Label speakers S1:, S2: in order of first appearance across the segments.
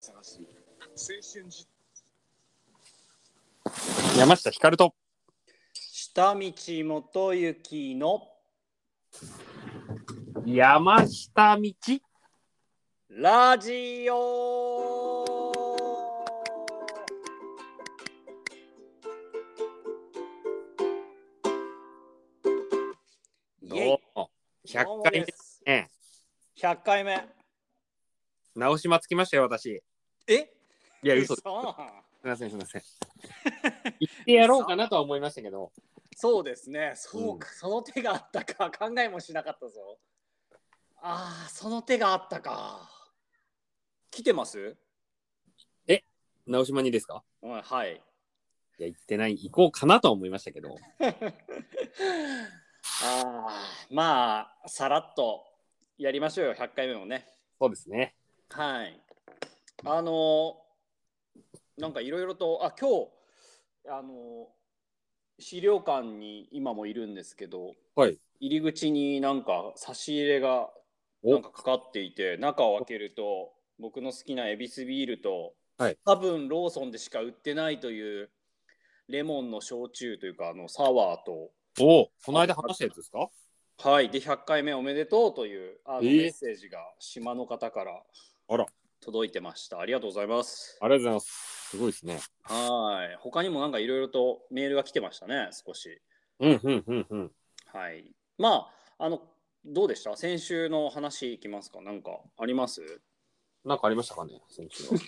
S1: 探してみる青春時
S2: 山下ひかると。
S3: 下道元行の
S2: 山下道。
S3: ラジオイエイ
S2: おお。100回目
S3: す
S2: ね。
S3: 100回目
S2: 直しまつきましたよ、私。
S3: え
S2: いや、嘘です。す
S3: 嘘
S2: みません、すみま せん。言ってやろうかなとは思いましたけど。
S3: そうですねそうか、その手があったか 考えもしなかったぞああその手があったか来てます
S2: 直島にですか
S3: うんはい
S2: いや、行ってない。行こうかなとは思いましたけど。
S3: あーまあさらっとやりましょうよ100回目もね
S2: そうですね。
S3: はいあのーなんかいろいろとあ今日あのー資料館に今もいるんですけど
S2: はい。
S3: 入り口になんか差し入れが
S2: お
S3: なんかかかっていて中を開けると僕の好きなエビスビールと、
S2: はい
S3: 多分ローソンでしか売ってないというレモンの焼酎というかあのサワーと
S2: おお、この間話したやつですか
S3: はい、で100回目おめでとうというあの
S2: え
S3: メ
S2: ー
S3: ッセージが島の方から
S2: あら
S3: 届いてました。ありがとうございます。
S2: ありがとうございます。すごいですね。
S3: はい、他にもなんかいろいろとメールが来てましたね、少し。
S2: うん、うん、うん、うん。
S3: はい、まあ、あの、どうでした先週の話いきますかなんかあります
S2: なんかありましたかね、先週は。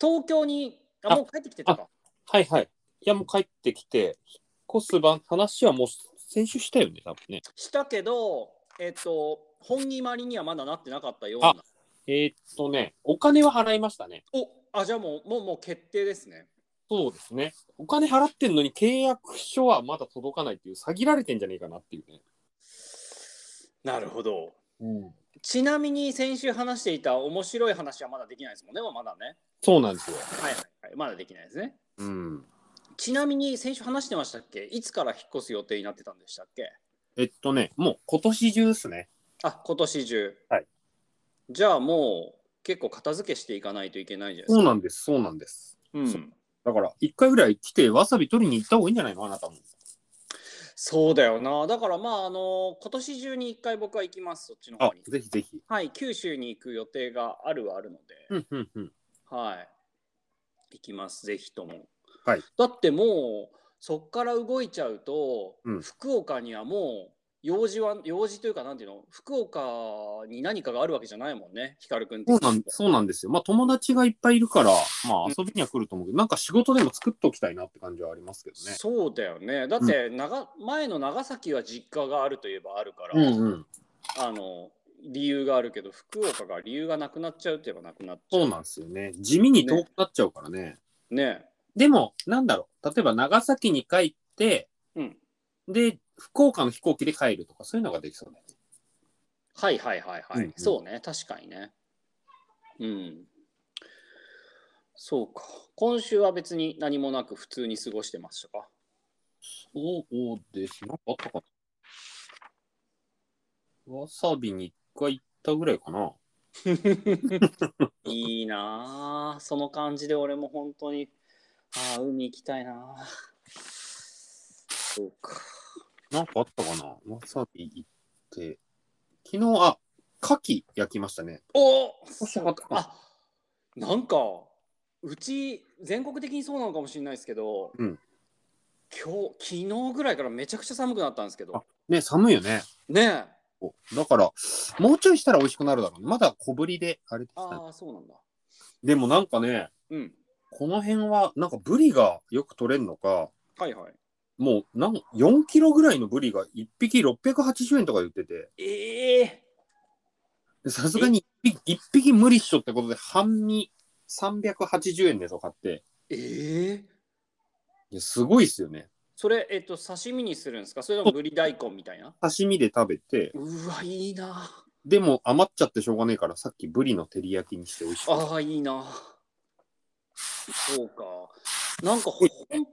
S3: 東京に、あ、
S2: あ
S3: もう帰ってきてたか。
S2: はいはい。いや、もう帰ってきて、引っ越す番、話はもう先週したよね、多分ね。
S3: したけど、えっと、本決まりにはまだなってなかったような
S2: あ。えー、っとね、お金は払いましたね。
S3: おあ、じゃあもう、もう、もう決定ですね。
S2: そうですね。お金払ってんのに契約書はまだ届かないっていう、詐欺られてんじゃねえかなっていうね。
S3: なるほど。
S2: うん。
S3: ちなみに先週話していた面白い話はまだできないですもんね、まだね。
S2: そうなんですよ。
S3: はいはい、はい、まだできないですね。
S2: うん。
S3: ちなみに先週話してましたっけいつから引っ越す予定になってたんでしたっけ
S2: えっとね、もう今年中ですね。
S3: あ、今年中。
S2: はい。
S3: じゃあもう結構片付けしていかないといけないじゃないで
S2: そう
S3: すか。
S2: なんです、そうなんです。
S3: うん
S2: そうだから、一回ぐらい来て、わさび取りに行った方がいいんじゃないのあなたも。
S3: そうだよな。だからまあ、あの今年中に一回僕は行きます、そっちの
S2: あ
S3: 方に、。
S2: ぜひぜひ。
S3: はい、九州に行く予定があるはあるので、
S2: うん、うん、うん。
S3: はい。行きます、ぜひとも。
S2: はい、
S3: だってもう、そこから動いちゃうと、
S2: うん
S3: 福岡にはもう、用事は、用事というか、なんていうの、福岡に何かがあるわけじゃないもんね、ヒカル君って
S2: そうなんそうなんですよ。まあ友達がいっぱいいるから、まあ遊びには来ると思うけど、なんか仕事でも作っときたいなって感じはありますけどね。
S3: そうだよね。だって、長前の長崎は実家があるといえばあるから、
S2: うん。
S3: あの、理由があるけど、福岡が理由がなくなっちゃうといえばなくなっちゃう。
S2: そうなんですよね。地味に遠くなっちゃうからね。
S3: ね
S2: でも、なんだろう。例えば長崎に帰って、
S3: うん。
S2: で、福岡の飛行機で帰るとか、そういうのができそうだよね。
S3: はいはいはいはい。
S2: うんうん
S3: そうね、確かにね。うん。そうか。今週は別に何もなく普通に過ごしてました か。
S2: そうです。なんかあったかな。わさびに一回行ったぐらいかな。
S3: いいなあその感じで俺も本当に、ああ、海行きたいなあそうか。
S2: なんかあったかな。わさび行って。昨日、あ、牡蠣焼きましたね。
S3: お
S2: そうか
S3: あなんかうち全国的にそうなのかもしれないですけど、
S2: うん
S3: 今日昨日ぐらいからめちゃくちゃ寒くなったんですけど
S2: あね、寒いよね。
S3: ねえ
S2: おだから、もうちょいしたら美味しくなるだろうね。まだ小ぶりで、あれでしたね。
S3: ああそうなんだ
S2: でもなんかね、
S3: うん
S2: この辺は、なんかブリがよく取れるのか、
S3: はいはい
S2: もうなん4キロぐらいのブリが1匹680円とか言ってて、
S3: ええ
S2: でさすがに 1, 匹一匹無理っしょってことで、半身380円でとかって、
S3: ええ
S2: いやすごいっすよね。
S3: それえっと刺身にするんですかそれともぶり大根みたいな
S2: 刺身で食べて、
S3: うわいいな
S2: でも余っちゃってしょうがないから、さっきブリの照り焼きにして美味しい。
S3: ああいいなそうかなんかほ本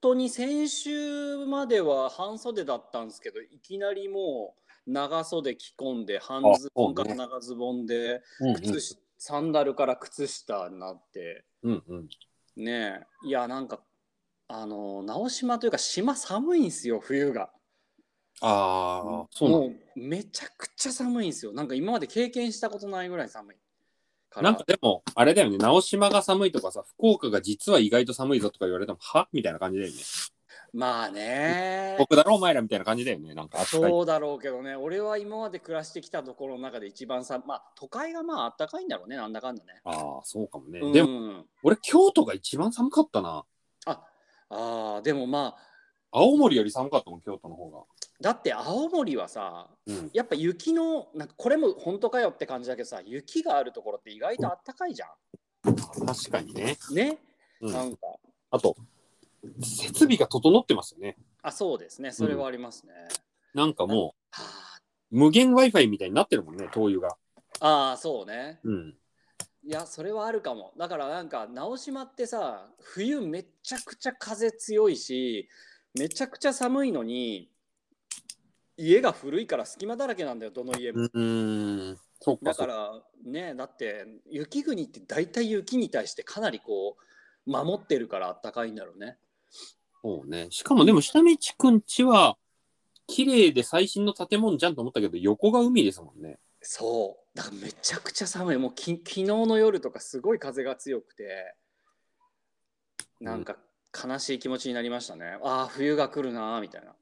S3: 当に先週までは半袖だったんですけどいきなりもう長袖着込んで半ズボンか
S2: あそうね
S3: 長ズボンで
S2: うんうん
S3: 靴しサンダルから靴下になって
S2: うんうん。
S3: ねえいやなんかあの直島というか島寒いんすよ冬が
S2: ああ、そうなんだ
S3: もうめちゃくちゃ寒いんですよなんか今まで経験したことないぐらい寒いから
S2: なんかでも、あれだよね、直島が寒いとかさ、福岡が実は意外と寒いぞとか言われても、はみたいな感じだよね。
S3: まあね
S2: 僕だろ、お前らみたいな感じだよね。なんか扱い。
S3: そうだろうけどね俺は今まで暮らしてきたところの中で一番さまあ都会がまああったかいんだろうねなんだかんだね
S2: ああ、そうかもね。
S3: うん
S2: でも、俺、京都が一番寒かったな。
S3: ああーでもまあ
S2: 青森より寒かったもん、京都の方
S3: だって青森はさ
S2: が。うん。
S3: やっぱ雪のなんかこれも本当かよって感じだけどさ雪があるところって意外とあったかいじゃ
S2: 確かにね。
S3: んね、
S2: う。
S3: なんんか
S2: あと、設備が整ってますよね。
S3: あそうですねそれはありますね、
S2: なんかも
S3: は
S2: う、無限 Wi-Fi みたいになってるもんね、灯油が。
S3: あああそうね
S2: うん。
S3: いやそれはあるかもだからなんか直島ってさ冬めちゃくちゃ風強いしめちゃくちゃ寒いのに家が古いから隙間だらけなんだよどの家も、
S2: うーん。そっか。
S3: だからねだって雪国って大体雪に対してかなりこう守ってるからあったかいんだろうね
S2: そうね。しかもでも下道くんちは、綺麗で最新の建物じゃんと思ったけど、横が海ですもんね。
S3: そうだからめちゃくちゃ寒いもうき昨日の夜とかすごい風が強くてなんか悲しい気持ちになりましたね、ああ冬が来るなーみたいな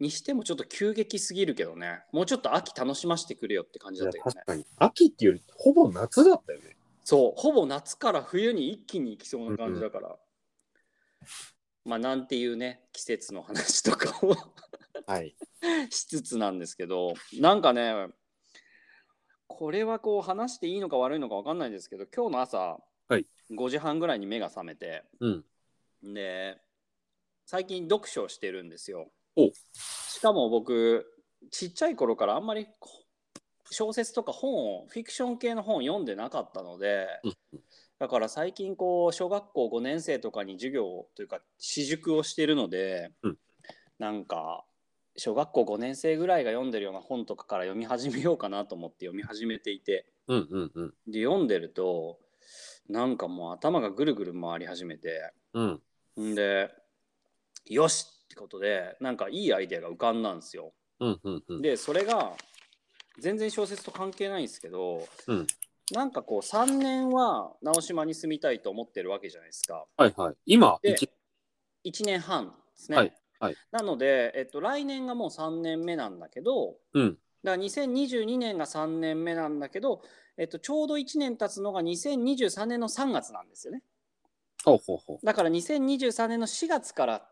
S3: にしてもちょっと急激すぎるけどねもうちょっと秋楽しましてくれよって感じだったけどね
S2: かに。秋っていうより、ほぼ夏だったよね。
S3: そうほぼ夏から冬に一気に行きそうな感じだから、まあなんていうね季節の話とかを
S2: はい。
S3: しつつなんですけどなんかねこれはこう話していいのか悪いのか分かんないんですけど今日の朝、
S2: はい
S3: 5時半ぐらいに目が覚めて
S2: うん。
S3: で最近読書をしてるんですよ
S2: お
S3: しかも僕ちっちゃい頃からあんまりこう小説とか本をフィクション系の本を読んでなかったので
S2: うん
S3: だから最近こう小学校5年生とかに授業をというか私塾をしてるので、
S2: うん
S3: なんか小学校5年生ぐらいが読んでるような本とかから読み始めようかなと思って読み始めていて
S2: うんうんうん。
S3: で読んでるとなんかもう頭がぐるぐる回り始めて。
S2: うん。
S3: んでよしってことでなんかいいアイデアが浮かんだんですよ。
S2: うんうんうん。
S3: でそれが全然小説と関係ないんですけど、
S2: うん
S3: なんかこう3年は直島に住みたいと思ってるわけじゃないですか。
S2: はいはい。今、
S3: で
S2: 一
S3: 1年半ですね。
S2: はいはい
S3: なので、えっと、来年がもう3年目なんだけど
S2: うん。
S3: だから2022年が3年目なんだけど、えっと、ちょうど1年経つのが2023年の3月なんですよね。
S2: ほうほうほ
S3: だから2023年の4月から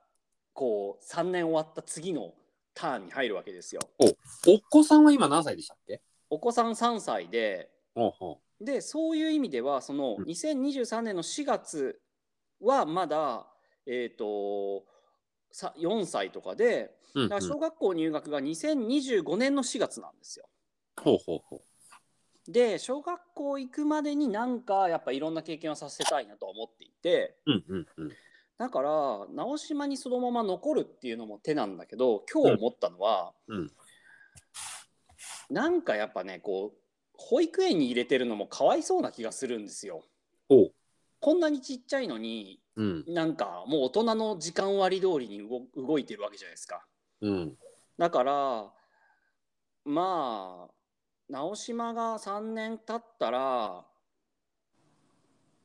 S3: こう3年終わった次のターンに入るわけですよ。
S2: う。お子さんは今何歳でしたっけ
S3: お子さん3歳で
S2: ほうほ
S3: でそういう意味ではその
S2: うん
S3: 2023年の4月はまだ、えー、とさ4歳とかで
S2: う。うん、う
S3: だ
S2: ん。
S3: から
S2: ほ
S3: 小
S2: う
S3: 学校入学が2025年の4月なんですよ。
S2: ほうほ
S3: で小学校行くまでになんかやっぱいろんな経験をさせたいなと思っていて。
S2: う。うんうんうん。
S3: だから直島にそのまま残るっていうのも手なんだけど今日思ったのは、
S2: うんうん
S3: なんかやっぱねこう保育園に入れてるのもかわいそうな気がするんですよ。
S2: ほう。
S3: こんなにちっちゃいのに
S2: うん
S3: なんかもう大人の時間割り通りに動動いてるわけじゃないですか。
S2: うん。
S3: だからまあ直島が3年経ったら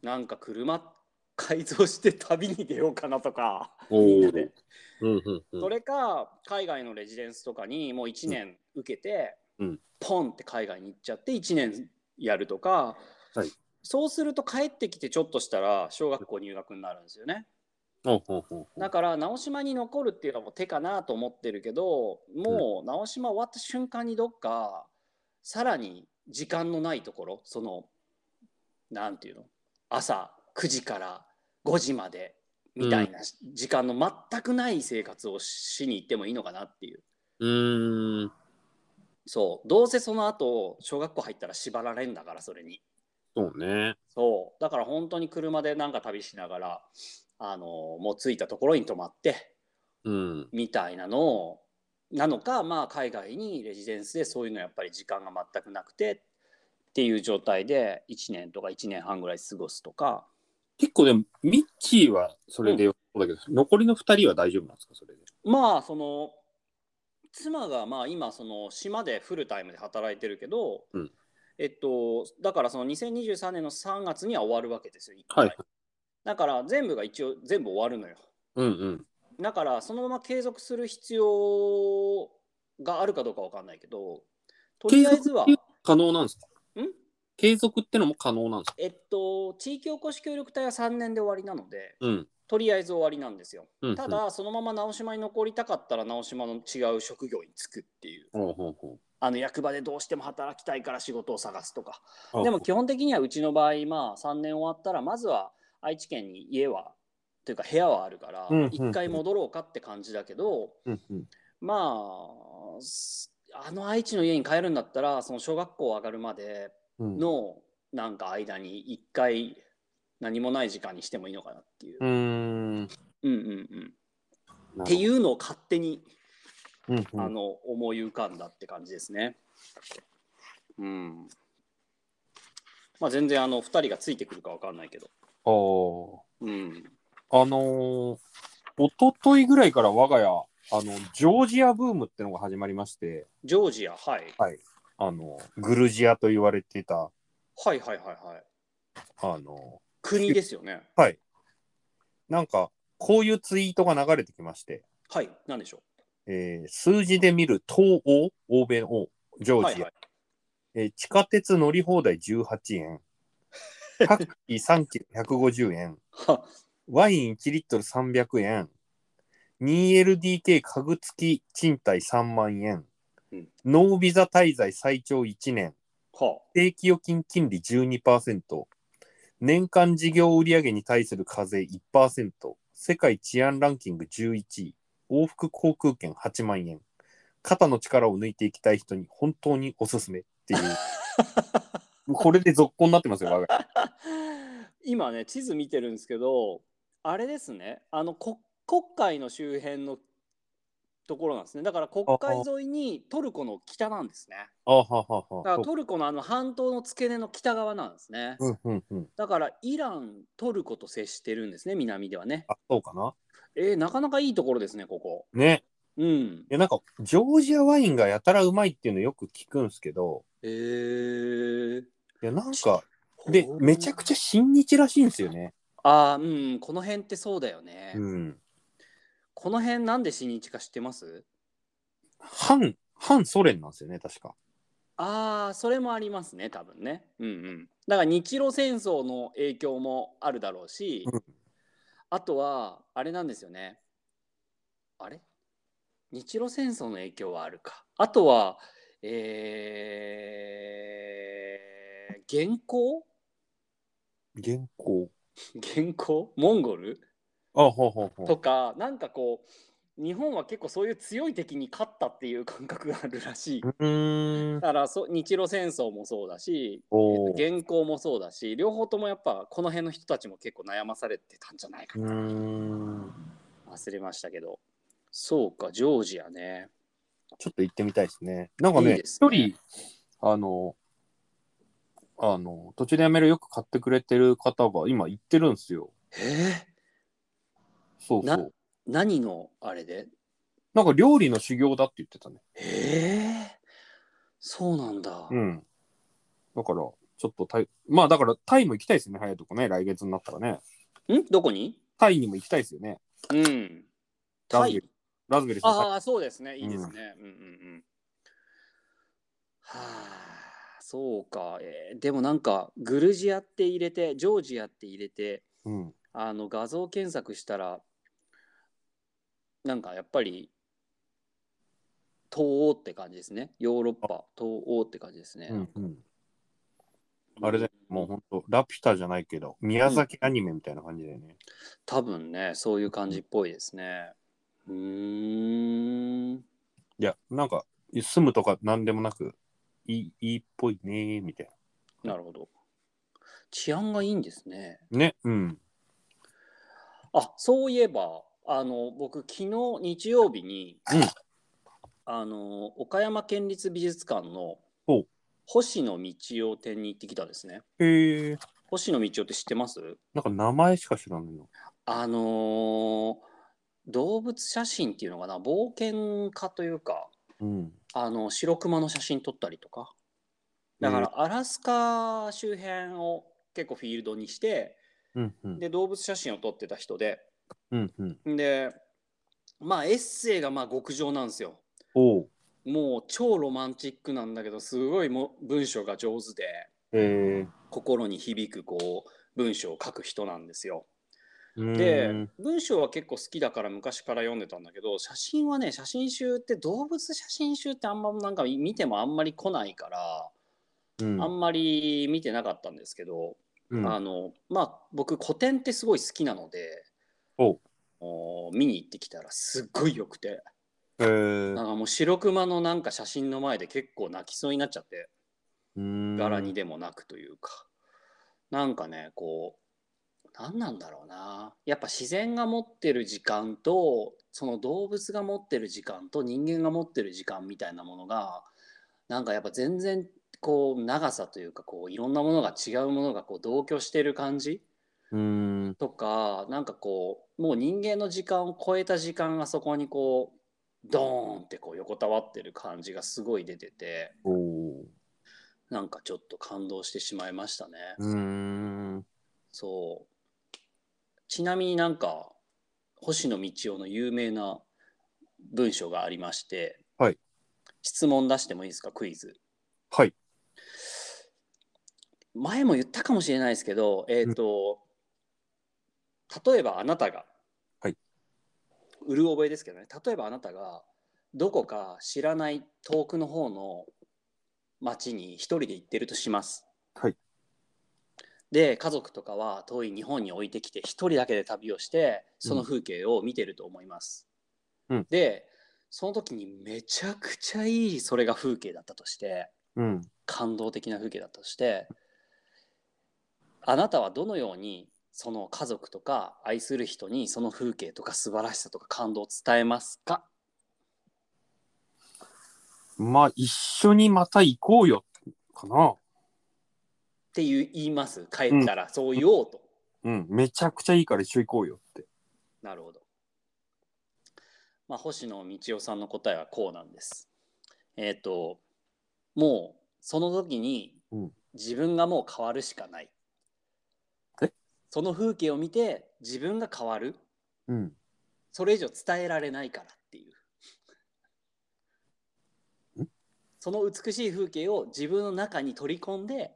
S3: なんか車改造して旅に出ようかなとか。
S2: おお。
S3: みん
S2: う
S3: なんで
S2: うんうん。
S3: それか海外のレジデンスとかにもう1年受けて、
S2: うん
S3: ポンって海外に行っちゃって1年やるとか、
S2: はい
S3: そうすると帰ってきてちょっとしたら小学校入学になるんですよね
S2: ほうほうほうほう。
S3: だから直島に残るっていうのも手かなと思ってるけどもう直島終わった瞬間にどっかさらに時間のないところそのなんていうの朝9時から5時までみたいな時間の全くない生活をしに行ってもいいのかなっていう
S2: うーん。
S3: そうどうせその後小学校入ったら縛られんだからそれに
S2: そうね。
S3: そうだから本当に車でなんか旅しながらあのもう着いたところに泊まって
S2: うん。
S3: みたいなのをなのかまあ海外にレジデンスでそういうのやっぱり時間が全くなくてっていう状態で1年とか1年半ぐらい過ごすとか
S2: 結構でも、ミッチーはそれでよ、だけど、残りの2人は大丈夫なんですか、それで。
S3: まあその妻がまあ今その島でフルタイムで働いてるけど、
S2: うん
S3: えっとだからその2023年の3月には終わるわけですよ一回、
S2: はい。
S3: だから全部が一応全部終わるのよ
S2: うんうん。
S3: だからそのまま継続する必要があるかどうかわかんないけどとりあえずは
S2: 継続っていうのも可能なんですか
S3: ん
S2: 継続ってのも可能なんですか
S3: えっと地域おこし協力隊は3年で終わりなので
S2: うん。
S3: とりあえず終わりなんですよ
S2: うん、
S3: た、だそのまま直島に残りたかったら直島の違う職業に就くっていう
S2: ほうほうほ
S3: あの役場でどうしても働きたいから仕事を探すとか
S2: う。
S3: でも基本的にはうちの場合まあ3年終わったらまずは愛知県に家はというか部屋はあるから
S2: うんうんうん
S3: 一回戻ろうかって感じだけど
S2: うんうん、
S3: まあすあの愛知の家に帰るんだったらその小学校上がるまで
S2: うん、
S3: のなんか間に一回何もない時間にしてもいいのかなっていう
S2: う。ーん。
S3: うんうんうん、っ
S2: って、
S3: いううのを勝手に
S2: うんうん
S3: あの思い浮かんだって感じですね。うん。まあ全然あの2人がついてくるかわかんないけど。
S2: あー
S3: うん。
S2: あのー、おとといぐらいから我が家、あの、ジョージアブームってのが始まりまして、
S3: ジョージア、はい。
S2: あの、グルジアと言われてた、
S3: はいはいはいはい。
S2: あの、
S3: 国ですよね。
S2: なんか、こういうツイートが流れてきまして、
S3: はい。なんでしょ
S2: えー数字で見る東欧、欧米を、ジ
S3: う。
S2: ョー
S3: はい
S2: ジア、
S3: はい。
S2: えー地下鉄乗り放題18円、 タクシー3キロ150円、
S3: は
S2: ワイン1リットル300円、2LDK 家具付き賃貸3万
S3: う
S2: 円、
S3: ん
S2: ノービザ滞在最長1年、
S3: は
S2: 定期預金金利12%、年間事業売上に対する課税1%、世界治安ランキング11位、往復航空券8万円、肩の力を抜いていきたい人に本当におすすめっていう、これで続行になってますよ、我が
S3: 今ね地図見てるんですけどあれですねあのこ国会の周辺のところなんですねだから国会沿いにトルコの北なんですね
S2: あはは
S3: だ
S2: は
S3: から
S2: は。
S3: トルコのあの半島の付け根の北側なんですね
S2: うんうんうん。
S3: だからイラントルコと接してるんですね南ではね
S2: あ、そうかな。
S3: えーなかなかいいところですねここ
S2: ね。
S3: うん
S2: いや、なんか、ジョージアワインがやたらうまいっていうのよく聞くんですけど、
S3: えー、
S2: いや、なんか、で、めちゃくちゃ親日らしいんですよね。
S3: あーうんこの辺ってそうだよね、
S2: うん。
S3: この辺なんで親日か知ってます
S2: 反、反ソ連なんですよね、確か。
S3: ああそれもありますね多分ねうんうんだから日露戦争の影響もあるだろうし、
S2: うん
S3: あとはあれなんですよねあれ日露戦争の影響はあるかあとはえー、元寇
S2: 原稿。
S3: 元寇モンゴル
S2: あ、ほうほうほ。
S3: とかなんかこう日本は結構そういう強い敵に勝ったっていう感覚があるらしいう
S2: うーん
S3: だ。からそ日露戦争もそうだし
S2: おー
S3: 原稿もそうだし両方ともやっぱこの辺の人たちも結構悩まされてたんじゃないか
S2: うー
S3: な、
S2: ん。
S3: 忘れましたけどそうかジョージアね
S2: ちょっと行ってみたいですね。なんかね、
S3: いいです
S2: 一、
S3: ね
S2: 人、あの、あの、途中でやめるよく買ってくれてる方が今行ってるんですよ。
S3: え
S2: そうそ
S3: な
S2: う。
S3: 何のあれで
S2: なんか料理の修行だって言ってたね。
S3: ええそうなんだ、
S2: うん。だから、ちょっとタイ、まあだからタイも行きたいですよね、早いとこね、来月になったらね。
S3: んどこに
S2: タイにも行きたいですよね。
S3: うんタ
S2: ラズベ
S3: イ
S2: リラズベリーさんタイ
S3: ああそうですねいいですね、うん、うんうんはあそうか、えーでもなんかグルジアって入れてジョージアって入れて
S2: うん。
S3: あの画像検索したらなんかやっぱり東欧って感じですねヨーロッパ東欧って感じですね、
S2: うんうん。あれだよ、もうほんと、ラピュタじゃないけど、宮崎アニメみたいな感じだよね。
S3: 多分ねそういう感じっぽいですねうーん
S2: いや、なんか、住むとかなんでもなく、いい、いいっぽいねー、みたい
S3: なるほど治安がいいんですね
S2: な。ね、うん。
S3: あそういえばあの僕昨日日曜日に、
S2: うん
S3: あの岡山県立美術館の
S2: ほう
S3: 星野道夫展に行ってきたんですね。
S2: へえ。
S3: 星野道夫って知ってます
S2: なんか名前しか知らないの。
S3: あのー動物写真っていうのかな冒険家というか
S2: うん。
S3: あの白熊の写真撮ったりとかだからアラスカ周辺を結構フィールドにして
S2: うんうん。
S3: で動物写真を撮ってた人で
S2: うんうん。
S3: でまあエッセイがまあ極上なんですよ
S2: おう。
S3: もう超ロマンチックなんだけどすごいもう文章が上手で
S2: へえ。
S3: 心に響くこう文章を書く人なんですよ。
S2: うーん
S3: で文章は結構好きだから昔から読んでたんだけど写真はね写真集って動物写真集ってあんまなんか見てもあんまり来ないから、
S2: うん
S3: あんまり見てなかったんですけど、
S2: うん
S3: あのまあ僕古典ってすごい好きなので
S2: お
S3: お見に行ってきたらすっごいよくて
S2: へえ
S3: なんかもう白熊のなんか写真の前で結構泣きそうになっちゃって柄に。でもなくというか、なんかねこう何なんだろうなやっぱ自然が持ってる時間とその動物が持ってる時間と人間が持ってる時間みたいなものがなんかやっぱ全然こう長さというかこういろんなものが違うものがこう同居してる感じ
S2: うーん。う
S3: とかなんかこうもう人間の時間を超えた時間がそこにこうドーンってこう横たわってる感じがすごい出てて
S2: ーんおう。
S3: なんかちょっと感動してしまいましたね。
S2: うーん。
S3: そう。ちなみになんか星野道夫の有名な文章がありまして、
S2: はい
S3: 質問出してもいいですかクイズ。
S2: はい。
S3: 前も言ったかもしれないですけど、えっ、と、例えばあなたが、
S2: はい、
S3: うる覚えですけどね、例えばあなたがどこか知らない遠くの方の町に一人で行ってるとします。
S2: はい。
S3: で、家族とかは遠い日本に置いてきて一人だけで旅をして、その風景を見てると思います。
S2: うん
S3: で、その時にめちゃくちゃいいそれが風景だったとして、
S2: うん。
S3: 感動的な風景だとしてあなたはどのようにその家族とか愛する人にその風景とか素晴らしさとか感動を伝えますか
S2: まあ、一緒にまた行こうよ。かな。
S3: っていう言います帰ったらそう言おうと、
S2: うん。めちゃくちゃいいから一緒行こうよって。
S3: なるほど、まあ、星野道夫さんの答えはこうなんですえっ、ともうその時に
S2: うん
S3: 自分がもう変わるしかない、
S2: え
S3: その風景を見て自分が変わる
S2: うん。
S3: それ以上伝えられないからっていう。その美しい風景を自分の中に取り込んで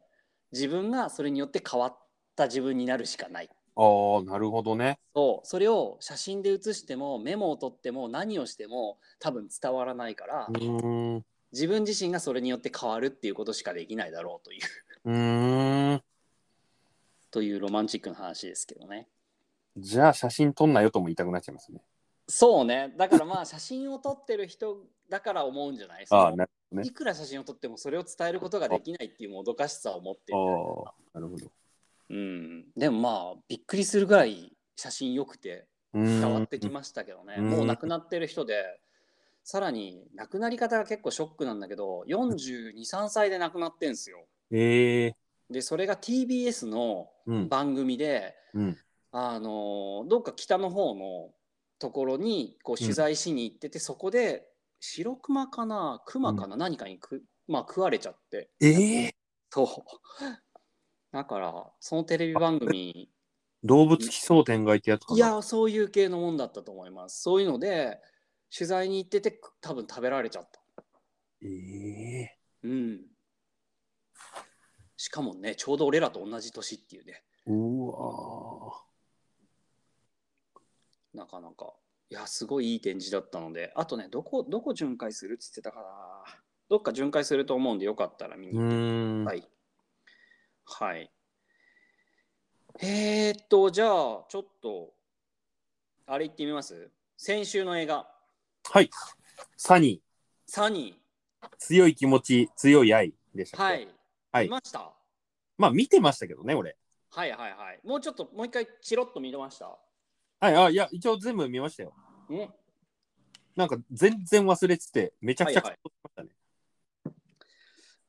S3: 自分がそれによって変わった自分になるしかない
S2: ああ、なるほどね。
S3: そうそれを写真で写してもメモを取っても何をしても多分伝わらないから
S2: うーん。う
S3: 自分自身がそれによって変わるっていうことしかできないだろうという
S2: ーん。
S3: というロマンチックな話ですけどね
S2: じゃあ写真撮んなよとも言いたくなっちゃいますね。
S3: そうねだからまあ写真を撮ってる人だから思うんじゃないその
S2: ああ、なるね
S3: いくら写真を撮ってもそれを伝えることができないっていうもどかしさを持ってる、
S2: ほど。ああ、なるほど。
S3: うん、でもまあびっくりするぐらい写真良くて
S2: うーん
S3: 伝わってきましたけどね、
S2: うん
S3: もう亡くなってる人でさらに亡くなり方が結構ショックなんだけど423歳で亡くなってんすよ
S2: ええ
S3: でそれが TBS の
S2: うん。
S3: 番組で、
S2: うん。
S3: あのどっか北の方のところにこう取材しに行ってて、そこで白熊かな熊かな、何かにく、まあ、食われちゃって
S2: ええ
S3: そう。だから、そのテレビ番組、
S2: 動物奇想天外ってやつかな。
S3: いや、そういう系のもんだったと思います。そういうので、取材に行ってて、多分食べられちゃった。
S2: ええ
S3: うん。しかもね、ちょうど俺らと同じ年っていうね、
S2: うわ
S3: なかなか。いや、すごいいい展示だったので、あとね、どこ、どこ巡回するっつってたかな。どっか巡回すると思うんで、よかったら見に
S2: ー
S3: 行って
S2: うーん。
S3: はい。はい。えー、っと、じゃあ、ちょっと、あれ行ってみます先週の映画、
S2: はい。サニ
S3: サニ
S2: ー、強い気持ち、強い愛でし
S3: ー。
S2: たっけ
S3: はい。
S2: はい
S3: 見ました
S2: まあ見てましたけどね、俺。
S3: はいはいはい。もうちょっと、もう一回、チロッと見れました。
S2: はい、あ、いや、一応全部見ましたよ。
S3: うん。
S2: なんか全然忘れてて、めちゃくちゃ
S3: はいはい
S2: 感動しましたね。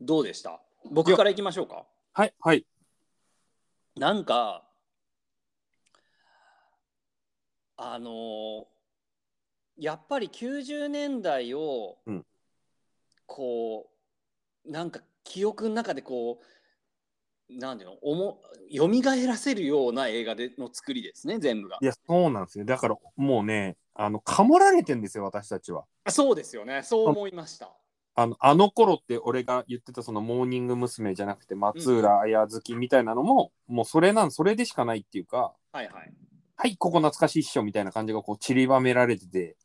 S3: どうでした僕からいきましょうか。
S2: はい、はい。
S3: なんかあのーやっぱり90年代を、
S2: うん
S3: こうなんか記憶の中でこうなんていうのおも蘇らせるような映画での作りですね全部が
S2: いや、そうなんですよ。だから、もうね、あの、かもられてんですよ、私たちは。
S3: あそうですよねそう思いました
S2: あのあの頃って俺が言ってたそのモーニング娘。じゃなくて松浦綾月みたいなのも、もうそれなんそれでしかないっていうか
S3: はいはい
S2: はいここ懐かしいっしょみたいな感じがこう散りばめられてて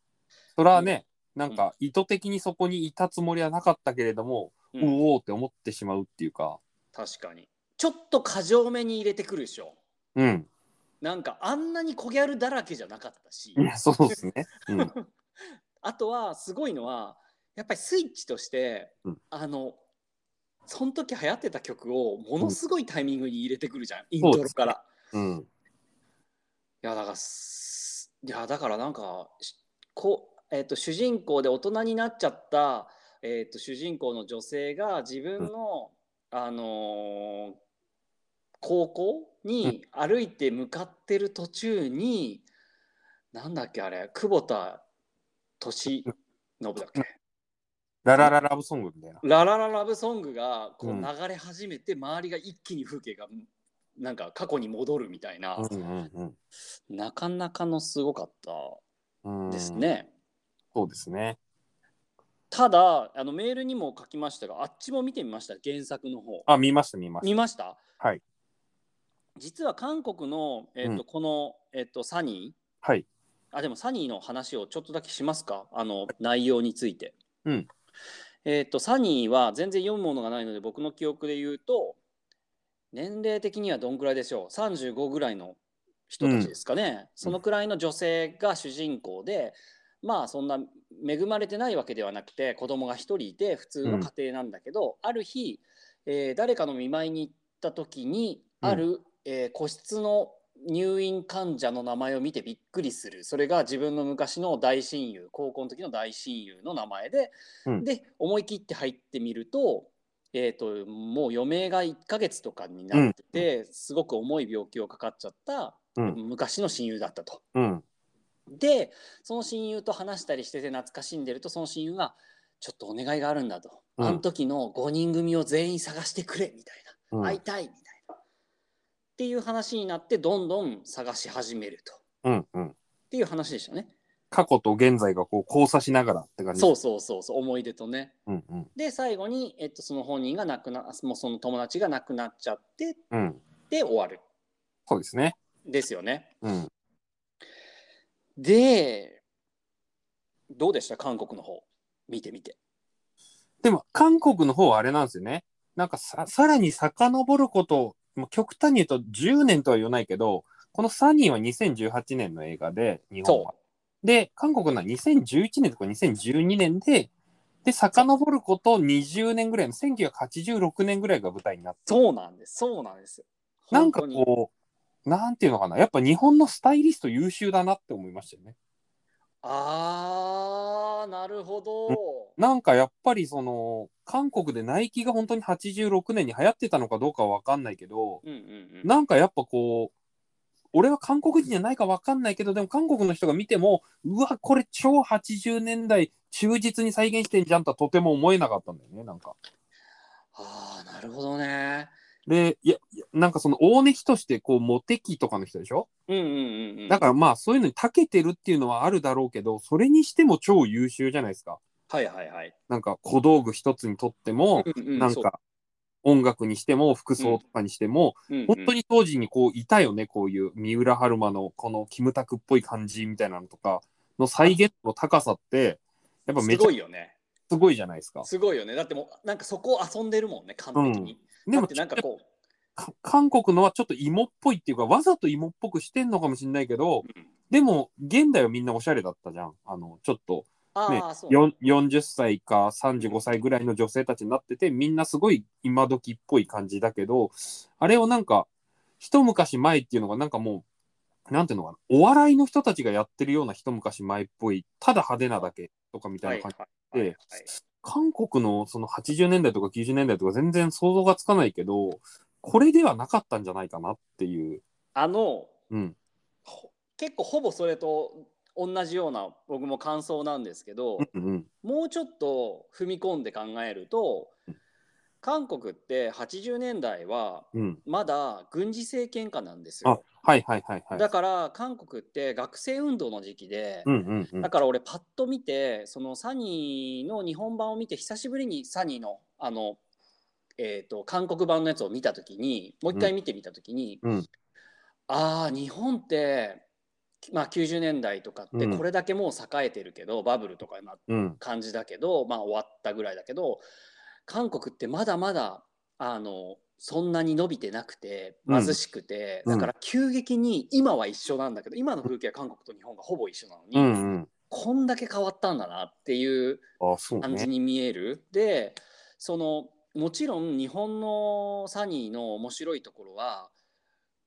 S2: それはね、なんか意図的にそこにいたつもりはなかったけれども、う
S3: うん
S2: おーって思ってしまうっていうか
S3: 確かにちょっと過剰めに入れてくるでしょ
S2: うん
S3: なんかあんなに小ギャルだらけじゃなかったし
S2: いや そうですね、うん、
S3: あとはすごいのはやっぱりスイッチとして、
S2: うん
S3: あのその時流行ってた曲をものすごいタイミングに入れてくるじゃん、イン
S2: そう
S3: ト
S2: です
S3: ロか
S2: ね
S3: ら。
S2: うん、
S3: いやだからすいやだからなんかしこう、えっと主人公で大人になっちゃった、えっと主人公の女性が自分の、あのー高校に歩いて向かってる途中に、なんだっけあれ久保田利伸だっけ
S2: ララララブソングみたいな
S3: ララララブソングがこう
S2: うん
S3: 流れ始めて、周りが一気に風景がなんか過去に戻るみたいな、
S2: うんうん
S3: なかなかのすごかっ
S2: うん
S3: た
S2: うん
S3: ですね。
S2: そうですね
S3: ただあのメールにも書きましたがあっちも見てみました原作の方。
S2: あ見ました見まし
S3: 見ました
S2: はい
S3: 実は韓国の、えっと
S2: うん
S3: この、えっとサニー
S2: たはい
S3: あでもサニーの話をちょっとだけしますかあの内容について。
S2: うん
S3: えっとサニーは全然読むものがないので僕の記憶で言うと年齢的にはどんくらいでしょう35ぐらいの人たちですかね、そのくらいの女性が主人公で、まあそんな恵まれてないわけではなくて子供が一人いて普通の家庭なんだけど、ある日、えー誰かの見舞いに行った時に
S2: うん
S3: ある、えー個室の入院患者の名前を見てびっくりするそれが自分の昔の大親友高校の時の大親友の名前で、
S2: うん
S3: で思い切って入ってみると,、えー、ともう余命が1ヶ月とかになってて、すごく重い病気をかかっちゃった、
S2: うん
S3: 昔の親友だったと。
S2: うん
S3: でその親友と話したりしてて懐かしんでるとその親友が「ちょっとお願いがあるんだ」と「
S2: うん
S3: あの時の5人組を全員探してくれ」みたいな。
S2: うん
S3: 会いたいみたいな。っていう話になってどんどん探し始めると。っ
S2: うんうん
S3: ていう話でしたね。
S2: 過去と現在がこう交差しながらって感じ、
S3: そううそうそうそう思い出とね。
S2: うんうん
S3: で最後に、えっと、その本人が亡くなもうその友達が亡くなっちゃって
S2: うん、
S3: で終わる
S2: そうですね、
S3: ですよね。
S2: うん、
S3: でどうでした韓国の方見てみて。
S2: でも韓国の方はあれなんですよねなんかささらに遡ることもう極端に言うと10年とは言わないけどこの3人は2018年の映画で日本は
S3: そ
S2: で韓国のは2011年とか2012年でで遡ること20年ぐらいの1986年ぐらいが舞台になって
S3: うそうなんですそうなんです。
S2: なんか
S3: 本当に
S2: こうなんていうのかなやっぱ日本のスタイリスト優秀だなって思いましたよね
S3: あーなるほど。
S2: なんかやっぱりその韓国でナイキが本当に86年に流行ってたのかどうかは分かんないけど
S3: うんうんうん、
S2: なんかやっぱこう俺は韓国人じゃないか分かんないけどでも韓国の人が見てもうわこれ超80年代忠実に再現してんじゃんとはとても思えなかったんだよねなんか。
S3: あーなるほどね。
S2: でいやいやなんかその大根人としてこうモテ期とかの人でしょ
S3: うんうんうんうん。
S2: だからまあそういうのに長けてるっていうのはあるだろうけどそれにしても超優秀じゃないですか。
S3: はいはいはい。
S2: なんか小道具一つにとっても、
S3: うんうん
S2: なん
S3: そう
S2: か音楽にしても服装とかにしても、
S3: うんうん
S2: 本当に当時にこういたよねこういう三浦春馬のこのキムタクっぽい感じみたいなのとかの再現度の高さってやっぱめ
S3: す
S2: ちゃ
S3: ご
S2: くち
S3: いよね。
S2: ゃすごいじゃないですか。
S3: すごいよね。だってもうなんかそこを遊んでるもんね、完璧に。
S2: で
S3: だ
S2: も
S3: ってなんかこ
S2: か韓国のはちょっと芋っぽいっていうかわざと芋っぽくしてんのかもしれないけど
S3: う。うん
S2: でも現代はみんなおしゃれだったじゃんあのちょっと
S3: ああ、
S2: ね
S3: そう。
S2: よん40歳か35歳ぐらいの女性たちになっててみんなすごい今時っぽい感じだけどあれをなんか一昔前っていうのがなんかもうなんていうのかなお笑いの人たちがやってるような一昔前っぽいただ派手なだけとかみた
S3: はいい
S2: な感
S3: は
S2: じ、
S3: いはいはい。
S2: 韓国のその80年代とか90年代とか全然想像がつかないけど、これではなかったんじゃないかなっていう。
S3: あの
S2: うん。
S3: ほ結構ほぼそれと同じような僕も感想なんですけど、
S2: うんうん。
S3: もうちょっと踏み込んで考えると
S2: うん
S3: 韓国って80年代は
S2: うん。
S3: まだ軍事政権下なんです
S2: あ
S3: よ、
S2: はいはいはいはい
S3: だ。から韓国って学生運動の時期で、
S2: うんうんうん
S3: だ。から俺パッと見てそのサニーの日本版を見て久しぶりにサニーのあの、えー、と韓国版のやつを見た時にもう一回見てみた時に、
S2: うんうん
S3: ああ日本って、まあ、90年代とかって
S2: うん
S3: これだけもう栄えてるけど、バブルとかになって
S2: うん。
S3: 感じだけどまあ終わったぐらいだけど韓国ってまだまだあのそんなに伸びてなくて
S2: うん
S3: 貧しくて、
S2: うん
S3: だから急激に今は一緒なんだけど今の風景は韓国と日本がほぼ一緒なのに、
S2: うんうん。
S3: こんだけ変わったんだなっていう
S2: あ、そう
S3: 感じ
S2: ね。
S3: に見える。でそのもちろん日本のサニーの面白いところは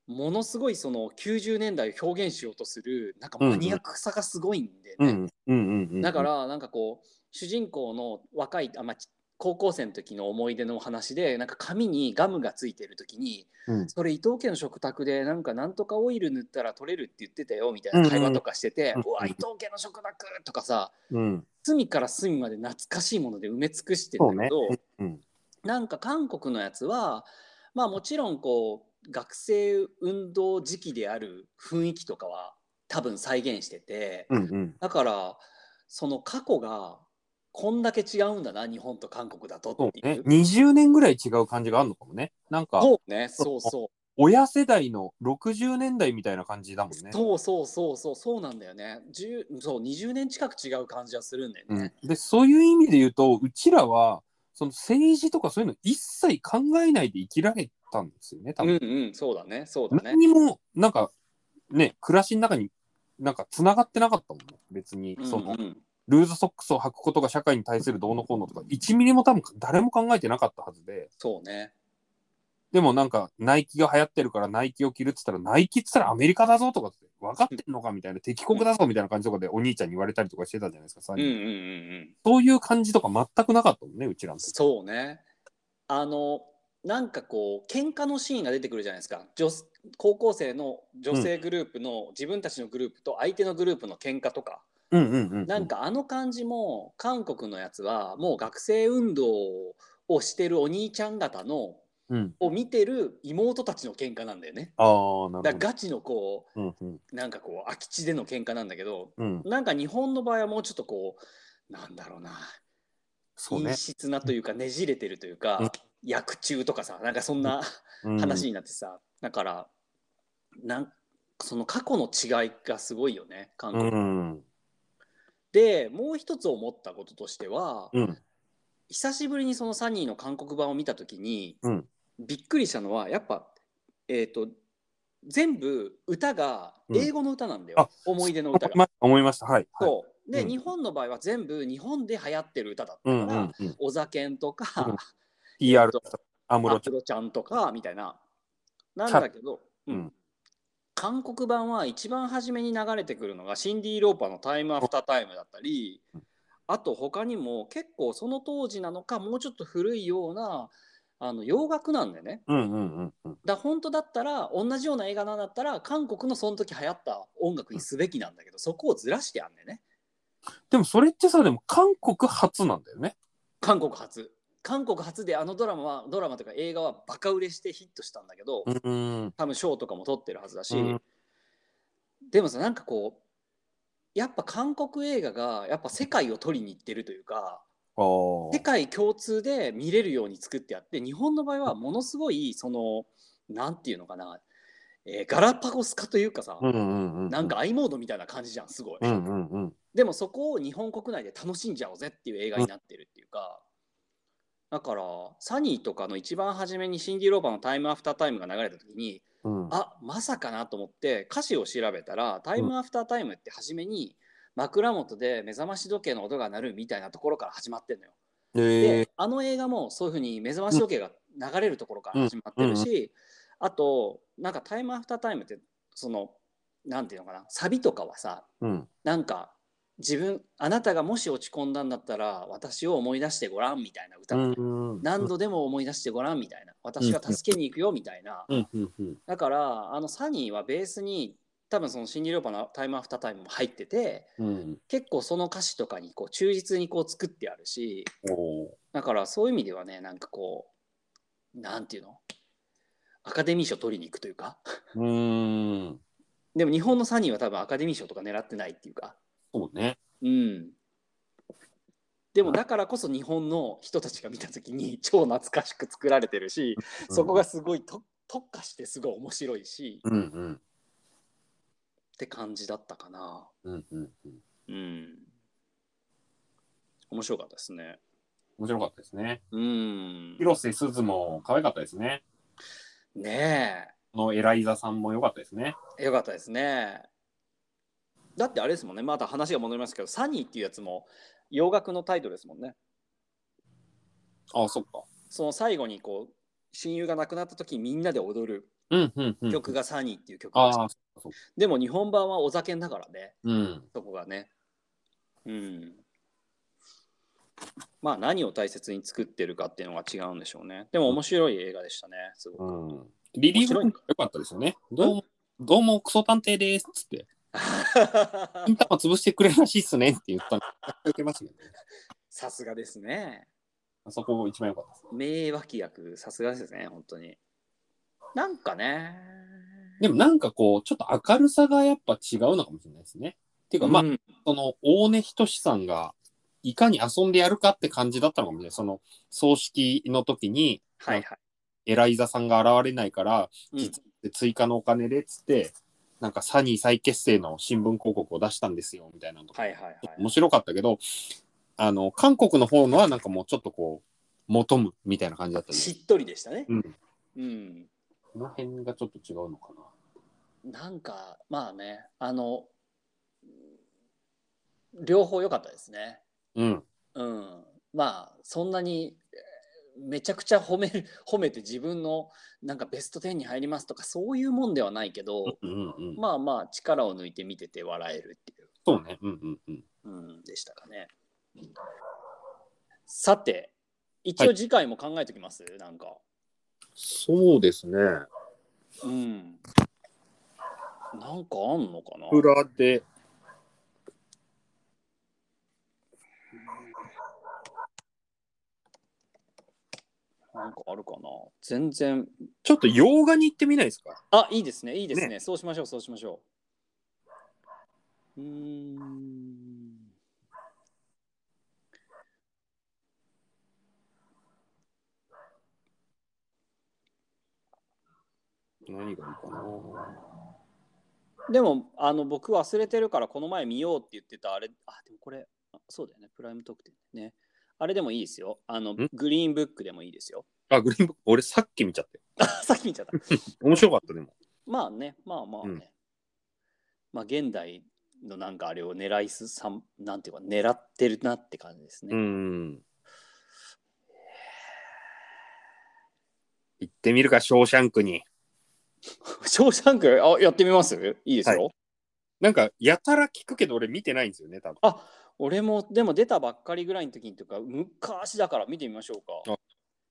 S3: ものすごいその90年代を表現しようとするなんかマニアックさがすごいんでね。
S2: うんうんうんうん。
S3: だか、らなんかこう主人公の若いあ、まあ、ち高校生の時の思い出のお話でなんか紙にガムがついてる時に
S2: うん
S3: それ伊藤家の食卓でなんかなんとかオイル塗ったら取れるって言ってたよみたいな会話とかしてて
S2: うんうん
S3: 「うわ伊藤家の食卓!」とかさ
S2: うん。
S3: 隅から隅まで懐かしいもので埋め尽くしてんだけど、
S2: そうねうん
S3: なんか韓国のやつはまあもちろんこう学生運動時期である雰囲気とかは多分再現してて。
S2: うんうん。
S3: だからその過去がこんだけ違うんだな日本と韓国だと
S2: そう
S3: ってい
S2: ね
S3: う。。
S2: 20年ぐらい違う感じがあるのかもね。なんか、
S3: そうねそうそ
S2: 親世代の60年代みたいな感じだもん
S3: う、
S2: ね。
S3: そうそうそうそうそうなんだよね10そう20年近く違う感じはするんだよ
S2: うん
S3: ね、、
S2: でそういう意味で言うとうちらはその政治とかそういうの一切考えないで生きられたんですよね多
S3: うん、
S2: 分、
S3: うんそうだねそうだね
S2: 何にもなんかね暮らしの中になんかつながってなかったもんね別にその、
S3: うんうん
S2: ルーズソックスを履くことが社会に対するどうのこうのとか1ミリも多分誰も考えてなかったはずで
S3: そうね
S2: でもなんかナイキが流行ってるからナイキを着るっつったらナイキっつったらアメリカだぞとかって分かってんのかみたいな敵国だぞみたいな感じとかでお兄ちゃんに言われたりとかしてたじゃないですか、
S3: う
S2: 最
S3: んうんう
S2: 近
S3: んうん
S2: そういう感じとか全くなかったもんねうちらの時。
S3: そうねあのなんかこう喧嘩のシーンが出てくるじゃないですか女高校生の女性グループの、自分たちのグループと相手のグループの喧嘩とか
S2: うんうんうんうん
S3: なんかあの感じも韓国のやつはもう学生運動をしてるお兄ちゃん方の
S2: うん、
S3: を見てる妹たちの喧嘩なんだよね。
S2: ああ、な
S3: だから
S2: るほど。
S3: ガチのこ
S2: うんうん
S3: うなんかこう空き地での喧嘩なんだけど
S2: うん、
S3: なんか日本の場合はもうちょっとこうなんだろうな
S2: そう
S3: 陰
S2: ね。
S3: 湿なというかねじれてるというか、
S2: うん
S3: 薬中とかさなんかそんな
S2: うん
S3: 話になってさ、だからなんその過去の違いがすごいよね韓
S2: う
S3: 国。
S2: ん
S3: でもう一つ思ったこととしては、
S2: うん
S3: 久しぶりにそのサニーの韓国版を見た時に、
S2: うん
S3: びっくりしたのはやっぱえっ、と全部歌が英語の歌なんだよ、思い出の
S2: 思
S3: 歌
S2: い
S3: が。
S2: ま思いました。はい。はい
S3: そうで、
S2: うん
S3: 日本の場合は全部日本で流行ってる歌だった
S2: う
S3: か
S2: んう
S3: ら、
S2: んうん。
S3: お酒んとか、
S2: うん PR
S3: と
S2: 安
S3: ア
S2: 室ち
S3: プ
S2: ゃん。
S3: ロちゃんとかみたいななんだけど、
S2: うん
S3: うん韓国版は一番初めに流れてくるのがシンディ・ローパーの「タイム・アフター・タイム」だったり
S2: うん
S3: あと他にも結構その当時なのかもうちょっと古いようなあの洋楽なんでね
S2: うんうんうんうん。
S3: だ本当だったら同じような映画なんだったら韓国のその時流行った音楽にすべきなんだけどそこをずらしてあんだよね
S2: でもそれってさ、でも韓国初なんだよね。
S3: 韓国初韓国初であのドラマはドラマというか映画はバカ売れしてヒットしたんだけど、
S2: うん。
S3: 多分賞とかも取ってるはずだし、
S2: うん
S3: でもさなんかこうやっぱ韓国映画がやっぱ世界を取りに行ってるというか
S2: ああ。
S3: 世界共通で見れるように作ってあって日本の場合はものすごいそのなんていうのかな、えーガラパゴス化というかさ、
S2: うんうんうん。
S3: なん。か i モードみたいな感じじゃんすごい、
S2: うんうんうん。
S3: でもそこを日本国内で楽しんじゃおうぜっていう映画になってるっていうか、だからサニーとかの一番初めにシンディ・ローバーの「タイム・アフター・タイム」が流れた時に
S2: うん。
S3: あまさかなと思って歌詞を調べたら「タイムアフタータイム」って初めに枕元で目覚まし時計の音が鳴るみたいなところから始まってるのよ。
S2: ええ
S3: であの映画もそういうふうに目覚まし時計が流れるところから始まってるし、あとなんか「タイムアフタータイム」ってそのなんていうのかなサビとかはさ
S2: うん。
S3: なんか自分あなたがもし落ち込んだんだったら私を思い出してごらんみたいな歌、
S2: うん
S3: 何度でも思い出してごらんみたいな私が助けに行くよみたいな、
S2: うんうんうん
S3: だからあのサニーはベースに多分その心理療法のタイムアフタータイムも入ってて
S2: うん
S3: 結構その歌詞とかにこう忠実にこう作ってあるし
S2: おー
S3: だからそういう意味ではねなんかこうなんていうのアカデミー賞取りに行くというか
S2: うーん
S3: でも日本のサニーは多分アカデミー賞とか狙ってないっていうか
S2: そうね
S3: うんでもだからこそ日本の人たちが見た時に超懐かしく作られてるしそこがすごいと特化してすごい面白いし
S2: うんうん
S3: って感じだったかな
S2: うんうんうん
S3: うん面白かったですね
S2: 面白かったですね
S3: うん
S2: 広瀬すずも可愛かったですね
S3: ね
S2: このエライザさんも良かったですね
S3: えよかったですねだってあれですもんねまた話が戻りますけどサニーっていうやつも洋楽のタイトルですもんね
S2: あそっか
S3: その最後にこう親友が亡くなった時にみんなで踊る
S2: うんうんうん
S3: 曲がサニーっていう曲
S2: あ
S3: な
S2: あ
S3: んですよ
S2: そっかそっか
S3: でも日本版はお酒だからね
S2: うん
S3: そこがねうんまあ何を大切に作ってるかっていうのが違うんでしょうねでも面白い映画でしたねすごく
S2: うんリリー・フランク良かったですよね。どうも、どうもクソ探偵ですっつって、 金玉潰してくれるらしいっすねって言ったの。受けましたけどね
S3: さすがですね
S2: あそこ一番良かったです。
S3: 名脇役さすがですね本当になんかね
S2: でもなんかこう、ちょっと明るさがやっぱ違うのかもしれないですね。っていうか、まあ、
S3: うん
S2: その、大根仁さんが、いかに遊んでやるかって感じだったのかもしれない。その、葬式の時に、
S3: はいは
S2: エライザさんが現れないから、
S3: い、うん
S2: 実で追加のお金でっつって、なんかサニー再結成の新聞広告を出したんですよ、みたいなのとか
S3: はいはいはい
S2: 面白かったけど、あの、韓国の方のはなんかもうちょっとこう、求むみたいな感じだったね。
S3: しっとりでしたね
S2: うん。
S3: うん
S2: この辺がちょっと違うのかな。
S3: なんかまあねあの両方良かったですね
S2: うん。
S3: うん、まあそんなにえーめちゃくちゃ褒める 褒めて自分のなんかベスト10に入りますとかそういうもんではないけど、
S2: うんうんうん。
S3: まあまあ力を抜いて見てて笑えるっていう、
S2: そうね。うんうんうん。
S3: うん、でしたかね。さて一応
S2: は
S3: 次回も考えておきます、なんか。
S2: そうですね。
S3: うん。なんかあんのかな
S2: 裏で。
S3: なんかあるかな全然。
S2: ちょっと洋画に行ってみないですか
S3: あいいですねいいですねそうしましょうそうしましょううーん
S2: 何がいいかな。
S3: でもあの僕忘れてるからこの前見ようって言ってたあれあでもこれあそうだよねプライム特典ねあれでもいいですよあの
S2: ん
S3: グリーンブックでもいいですよ
S2: あ、グリーンブック、俺さっき見ちゃって。
S3: さっき見ちゃった
S2: 面白かった、でも。
S3: まあねまあまあね、
S2: うん
S3: まあ現代のなんかあれを狙いすさんなんていうか狙ってるなって感じです ね、
S2: うん。行ってみるか、ショーシャンクに。
S3: ショーシャンクあやってみますいいですよ、
S2: なんか、やたら聞くけど、俺見てないんですよね、多分。
S3: あ俺もでも出たばっかりぐらいの時にとか昔だから見てみましょうか
S2: あ。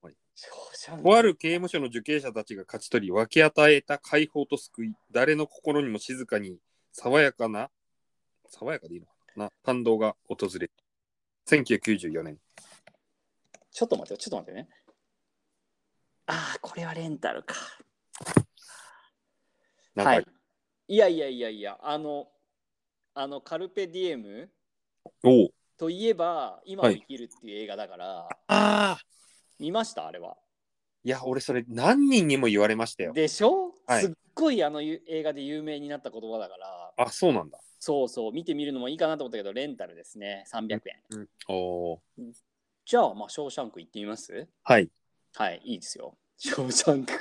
S2: はい
S3: ショーシャンク
S2: とある刑務所の受刑者たちが勝ち取り分け与えた解放と救い誰の心にも静かに爽やかな爽やかでいいのかな感動が訪れる1994年
S3: ちょっと待ってよちょっと待ってね。ああこれはレンタルか。
S2: なんか、
S3: はい。いやいやいやいやあのあのカルペディエム
S2: おう
S3: といえば今を生きるっていう映画だから、
S2: ああ
S3: 見ましたあれは。
S2: いや俺それ何人にも言われましたよ
S3: でしょ、
S2: はい
S3: すっごいあのゆ映画で有名になった言葉だから
S2: あそうなんだ、
S3: そうそう見てみるのもいいかなと思ったけどレンタルですね300円。
S2: おお
S3: じゃあまあショーシャンク行ってみます
S2: はい
S3: はい、いいですよ。ショーシャンク。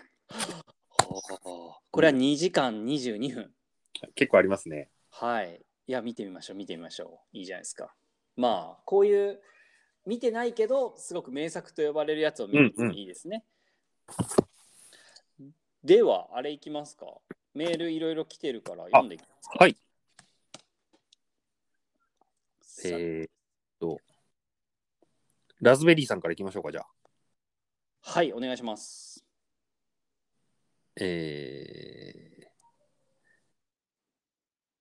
S3: これは2時間22分。
S2: 結構ありますね
S3: はい。いや、見てみましょう、見てみましょう。いいじゃないですか。まあ、こういう、見てないけど、すごく名作と呼ばれるやつを見るのもいいですね。では、あれいきますか。メールいろいろ来てるから読んでいきますか。
S2: はいえーっと、ラズベリーさんからいきましょうか、じゃあ。
S3: はい、お願いします。
S2: え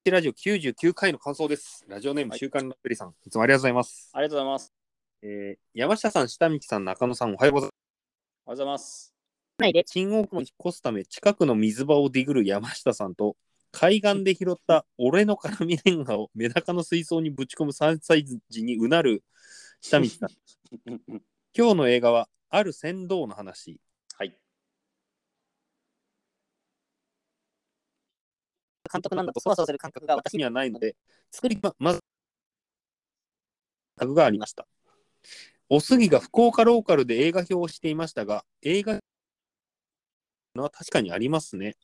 S2: ー、ラジオ99回の感想です。ラジオネーム、
S3: はい
S2: 週刊ラズベリーさん、いつもありがとうございます。
S3: ありがとうございます。
S2: えー、山下さん、下道さん、中野さん、おはようございます。
S3: おはようございます。
S2: 新大久保に引っ越すため近くの水場をディグる山下さんと海岸で拾った俺の辛みレンガをメダカの水槽にぶち込む3歳児にうなる下道さん今日の映画はある船頭の話
S3: はい。
S4: 監督なんだとそわそわする感覚が私
S2: 私にはないので作りままずタグがありましたおすぎが福岡ローカルで映画表をしていましたが映画のは確かにありますね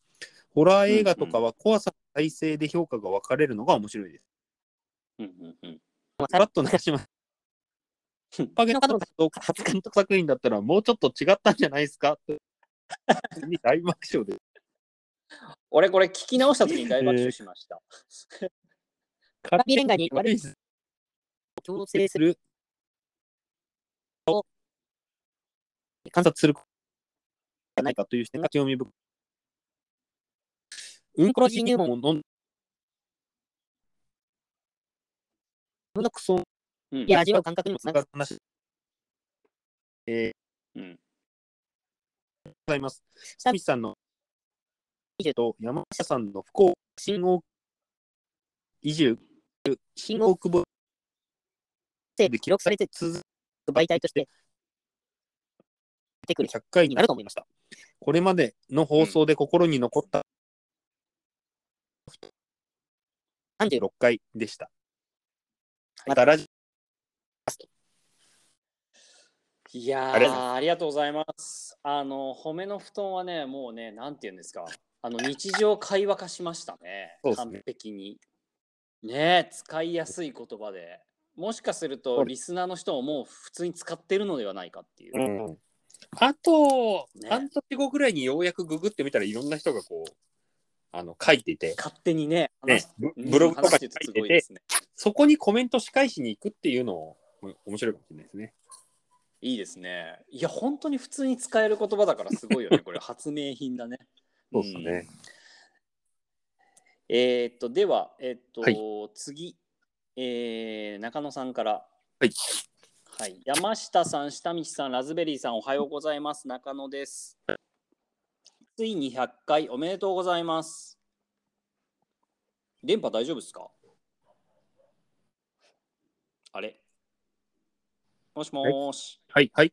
S2: ホラー映画とかは怖さの体制で評価が分かれるのが面白いです
S3: うんうんうん。
S4: も
S2: さらっと流します。
S3: うん
S2: パゲの監督初監督作品だったらもうちょっと違ったんじゃないですかと 大爆笑で
S3: 俺、これ聞き直した時に大爆笑しました。
S4: ラビレンガに悪
S2: 悪
S4: い
S2: いす
S4: 強制する
S2: る観察することじゃないかという視点が興味深い。うんころじ入門ののクソ
S3: うん
S4: や味わう感覚にもつながる。
S2: 話。えー
S3: うん
S2: ございます。
S4: 下
S2: 久道さんの移住と山下さんの福岡新大移住
S4: 新
S2: 大
S4: 大
S2: 久保
S4: 生で記録されて続く媒体として出てくる
S2: 100回
S4: に
S2: に
S4: なると思いました。
S2: これまでの放送で心に残った
S4: 36
S2: 6回でした。
S4: い
S2: またラジ
S3: いや
S2: ありがとうござい
S3: ーありがとうございます。あの、褒めの布団はね、もうね、なんて言うんですか、あの日常会話化しましたね、
S2: そうですね
S3: 完璧に。ねえ使いやすい言葉で。もしかすると、
S2: そうで
S3: リスナーの人ももう普通に使ってるのではないかっていう。
S2: オ、あと、
S3: ね
S2: 半年後ぐらいにようやくググってみたらいろんな人がこうあの書いていて、
S3: 勝手にね、
S2: ね
S3: 話、
S2: ブ
S3: うん
S2: ブログとか
S3: 話し
S2: に
S3: てて
S2: 書
S3: す
S2: いて
S3: ごい
S2: て
S3: ですね。
S2: そこにコメント仕返しに行くっていうのをも面白いかもしれないですね。
S3: いいですね。いや、本当に普通に使える言葉だからすごいよね。これ、発明品だね。ん。えーっと、では、えーっと、
S2: は
S3: 次、えー中野さんから。
S2: はい。
S3: はい、山下さん、下道さん、ラズベリーさん、おはようございます。中野です。ついに100回おめでとうございます。電波大丈夫ですかあれもしもーし。
S2: はい、はい。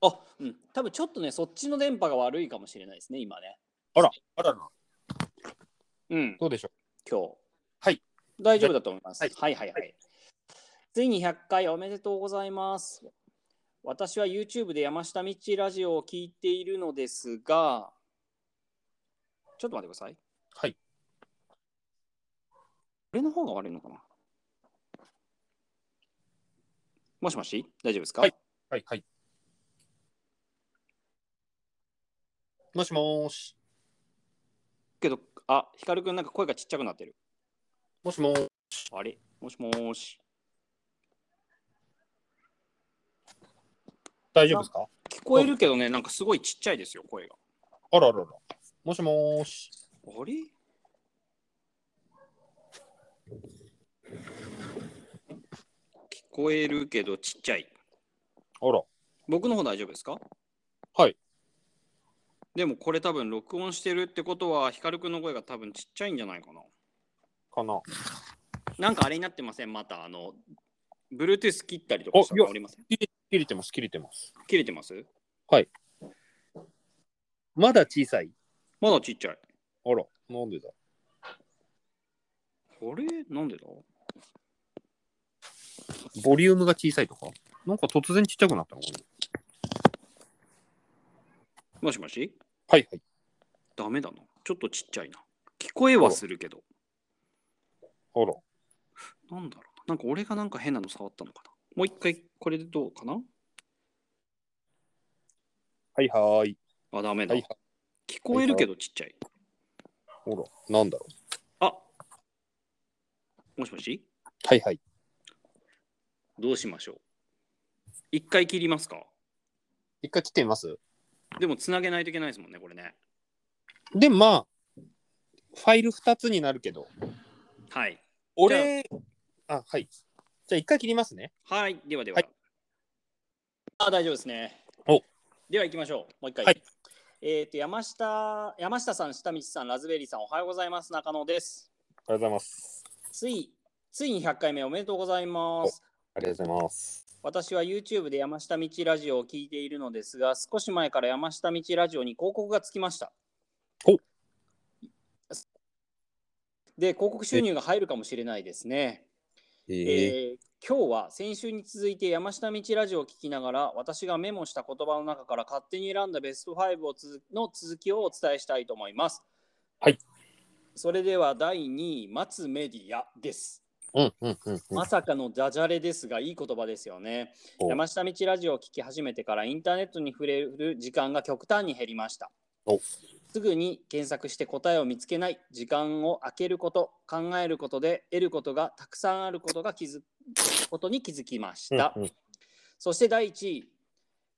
S3: あ、うん。多分ちょっとね、そっちの電波が悪いかもしれないですね、今ね。
S2: あら、あらら、
S3: うん。
S2: どうでしょ
S3: 今日。
S2: はい。
S3: 大丈夫だと思います。
S2: は
S3: はいいはいはい。ついに100回おめでとうございます。私は YouTube で山下道ラジオを聞いているのですが、ちょっと待ってください。
S2: う。はい。
S3: 俺の方が悪いのかなもしもし大丈夫ですか、
S2: はいはいはい。もしもーし。
S3: けど、あ、ヒカルくんなんか声がちっちゃくなってる。
S2: もしもーし。
S3: あれもしもーし。
S2: 大丈夫ですか
S3: 聞こえるけどね、なんかすごいちっちゃいですよ、声が。
S2: あらあらあら。もしもーし。
S3: あれ聞こえるけどちっちゃい。
S2: あら。
S3: 僕の方大丈夫ですか
S2: はい。
S3: でもこれ多分録音してるってことは、ヒカルくんの声が多分ちっちゃいんじゃないかな。
S2: かな。
S3: なんかあれになってませんまたあの、Bluetooth 切ったりとかした
S2: あいや
S3: らおりません
S2: 切れてます、切れてます。
S3: 切れてます
S2: まだ小さい。
S3: まだちっちゃい。
S2: あら。なんでだ。
S3: あれなんでだ
S2: ボリュームが小さいとか。なんか突然ちっちゃくなったのかな
S3: もしもし
S2: はいはい。
S3: ダメだな。ちょっとちっちゃいな。聞こえはするけど。
S2: あら。
S3: なんだろうな。なんか俺がなんか変なの触ったのかな。もう一回これでどうかな
S2: はいはーい。
S3: あ、ダメだ。
S2: はいは
S3: 聞こえるけどちっちゃい。
S2: あら。なんだろう。
S3: あもしもし
S2: はいはい。
S3: どうしましょう一回切りますか
S2: 一回切ってみます
S3: でもつなげないといけないですもんねこれね
S2: で、まあ、ファイル2つになるけど、
S3: はい
S2: 俺、あ、はい。じゃあ一回切りますね。
S3: はいではでは、
S2: はい
S3: あ大丈夫ですね
S2: お
S3: では行きましょうもう一回、
S2: はい
S3: えっ、と山下山下さん下道さんラズベリーさんおはようございます中野です
S2: ありがとうございます。
S3: ついついに100回目おめでとうございます
S2: ありがとうございます。
S3: 私は YouTube で山下道ラジオを聞いているのですが少し前から山下道ラジオに広告がつきました
S2: お
S3: で広告収入が入るかもしれないですね
S2: え
S3: えー今日は先週に続いて山下道ラジオを聞きながら私がメモした言葉の中から勝手に選んだベスト5をつづの続きをお伝えしたいと思います。
S2: はい。
S3: それでは第2位、松メディアです。
S2: うんうんうんうん。
S3: まさかのダジャレですが、いい言葉ですよね。
S2: お
S3: 山下道ラジオを聞き始めてからインターネットに触れる時間が極端に減りました
S2: お。
S3: すぐに検索して答えを見つけない、時間を空けること、考えることで得ることがたくさんあることが気づことに気づきました。
S2: うんうん
S3: そして第1位、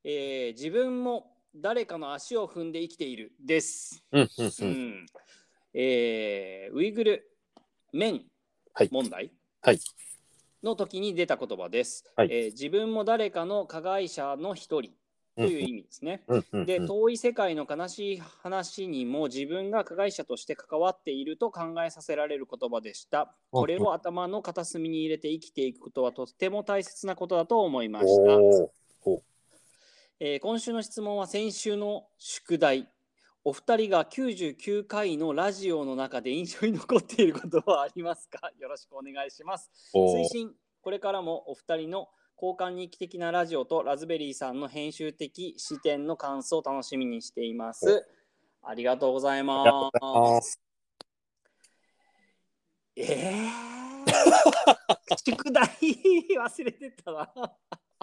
S3: えー自分も誰かの足を踏んで生きているです。
S2: うんうん
S3: う
S2: うんん。
S3: えーウイグル面
S2: はい
S3: 問題、
S2: はい
S3: の時に出た言葉です、
S2: はい
S3: えー自分も誰かの加害者の一人という意味ですね。
S2: うんうんうん
S3: で遠い世界の悲しい話にも自分が加害者として関わっていると考えさせられる言葉でした。これを頭の片隅に入れて生きていくことはとても大切なことだと思いました。
S2: おー
S3: えー今週の質問は先週の宿題。お二人が99回のラジオの中で印象に残っていることはありますかよろしくお願いします。
S2: お
S3: 推
S2: ー
S3: 進、これからもお二人の交換日記的なラジオとラズベリーさんの編集的視点の感想を楽しみにしています。ありがとうござい
S2: ありがと
S3: ま。
S2: うございますす。
S3: え ー、宿題 忘れてたな。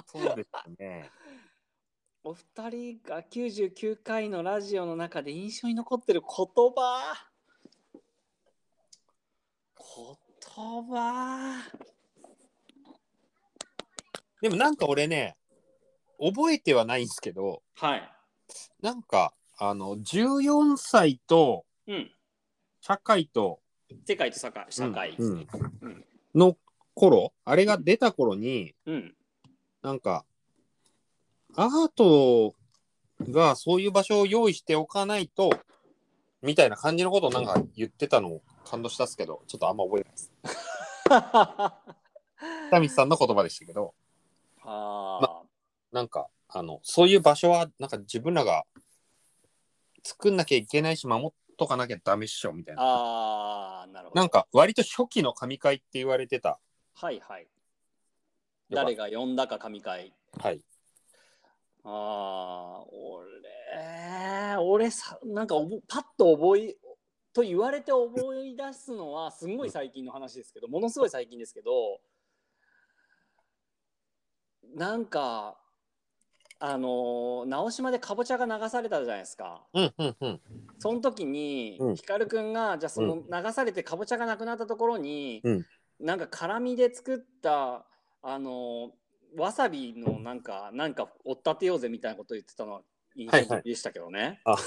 S2: そうですね。
S3: お二人が99回のラジオの中で印象に残ってる言葉言葉
S2: でもなんか俺ね、覚えてはないんですけど、
S3: はい。
S2: なんか、あの、14歳と
S3: うん。
S2: 社会と、
S3: 世界と社会。社会。
S2: うんう
S3: うんん
S2: の頃、あれが出た頃に、
S3: うん。
S2: なんか、アートがそういう場所を用意しておかないと、みたいな感じのことをなんか言ってたのを感動したっすけど、ちょっとあんま覚えてないです。
S3: あ
S2: 北道さんの言葉でしたけど、
S3: あ
S2: なんか、あの、そういう場所は、なんか自分らが作んなきゃいけないし、守っとかなきゃダメっしょ、みたいな。
S3: ああ、なるほど。
S2: なんか、割と初期の神会って言われてた。
S3: はいはい。誰が呼んだか神会。
S2: はい。
S3: ああ、俺、俺さ、なんかおぼパッと覚え、と言われて思い出すのは、すごい最近の話ですけど、ものすごい最近ですけど、なんか、あのー直島でかぼちゃが流されたじゃないですか。
S2: うん、うん、うん。
S3: その時に、
S2: うん
S3: ヒカルくんが、じゃあその流されてかぼちゃがなくなったところに、
S2: うん
S3: なんか辛みで作った、あのーわさびのなんか、なんか追っ立てようぜみたいなこと言ってたのは印象的でしたけどね。
S2: あ、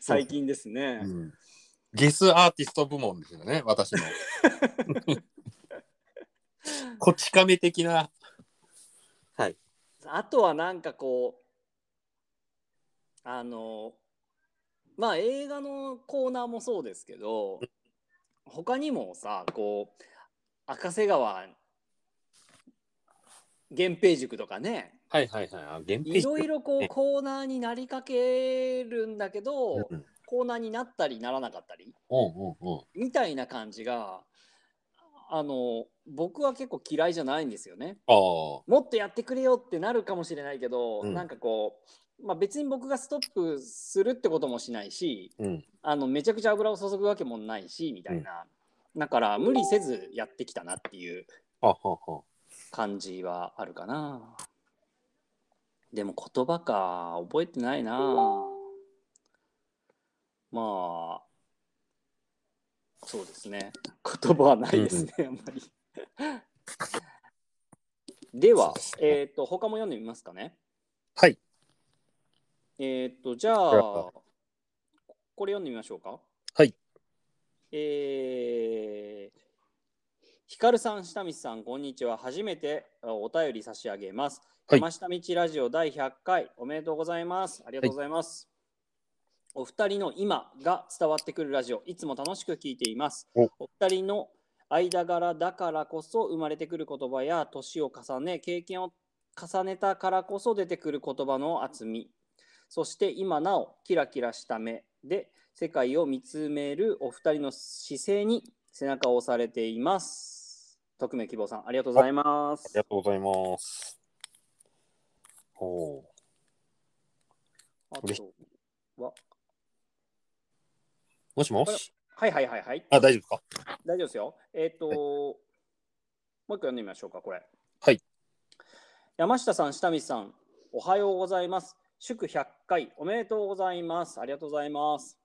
S3: 最近ですね。
S2: うん。ゲスアーティスト部門ですよね、私の。こち亀的な。
S3: あとはなんかこう、あのーまあ映画のコーナーもそうですけど、他にもさ、こう、赤瀬川源平塾とかね、
S2: はいはいはい。あ、原
S3: いろいろこ
S2: ね
S3: うコーナーになりかけるんだけど、
S2: うんうん
S3: コーナーになったりならなかったり
S2: うんうん。
S3: みたいな感じが、あの僕は結構嫌いじゃないんですよね。
S2: ああ。
S3: もっとやってくれよってなるかもしれないけど、
S2: うん
S3: なんかこう、まあ、別に僕がストップするってこともしないし
S2: うん。
S3: あのめちゃくちゃ油を注ぐわけもないしみたいな、だから無理せずやってきたなっていう
S2: あはは。
S3: 感じはあるかなでも言葉か覚えてないなまあそうですね言葉はないですね、あんまりでは、えっ、と、他も読んでみますかね。
S2: はい。
S3: えっ、と、じゃあ、
S2: じゃあ
S3: これ読んでみましょうか。
S2: はい。
S3: えー、ひかるさん、下道さん、こんにちは。初めてあお便り差し上げます。
S2: はい
S3: 山下道ラジオ第100回、おめでとうございます。ありがとうございます。お二人の今が伝わってくるラジオ、いつも楽しく聞いています。
S2: お
S3: お二人の間柄だからこそ生まれてくる言葉や年を重ね経験を重ねたからこそ出てくる言葉の厚みそして今なおキラキラした目で世界を見つめるお二人の姿勢に背中を押されています匿名希望さんありがとうございま
S2: あ
S3: す
S2: りがとうございます。おお
S3: あ
S2: 嬉し
S3: とは
S2: ー。もしもし
S3: はいはいはいはい
S2: あ、大丈夫ですか
S3: 大丈夫ですよ。えっ、と、
S2: はい
S3: もう一個読んでみましょうか、これ。
S2: はい。
S3: 山下さん、下道さん、おはようございます。祝100回、おめでとうございます。ありがとうございます。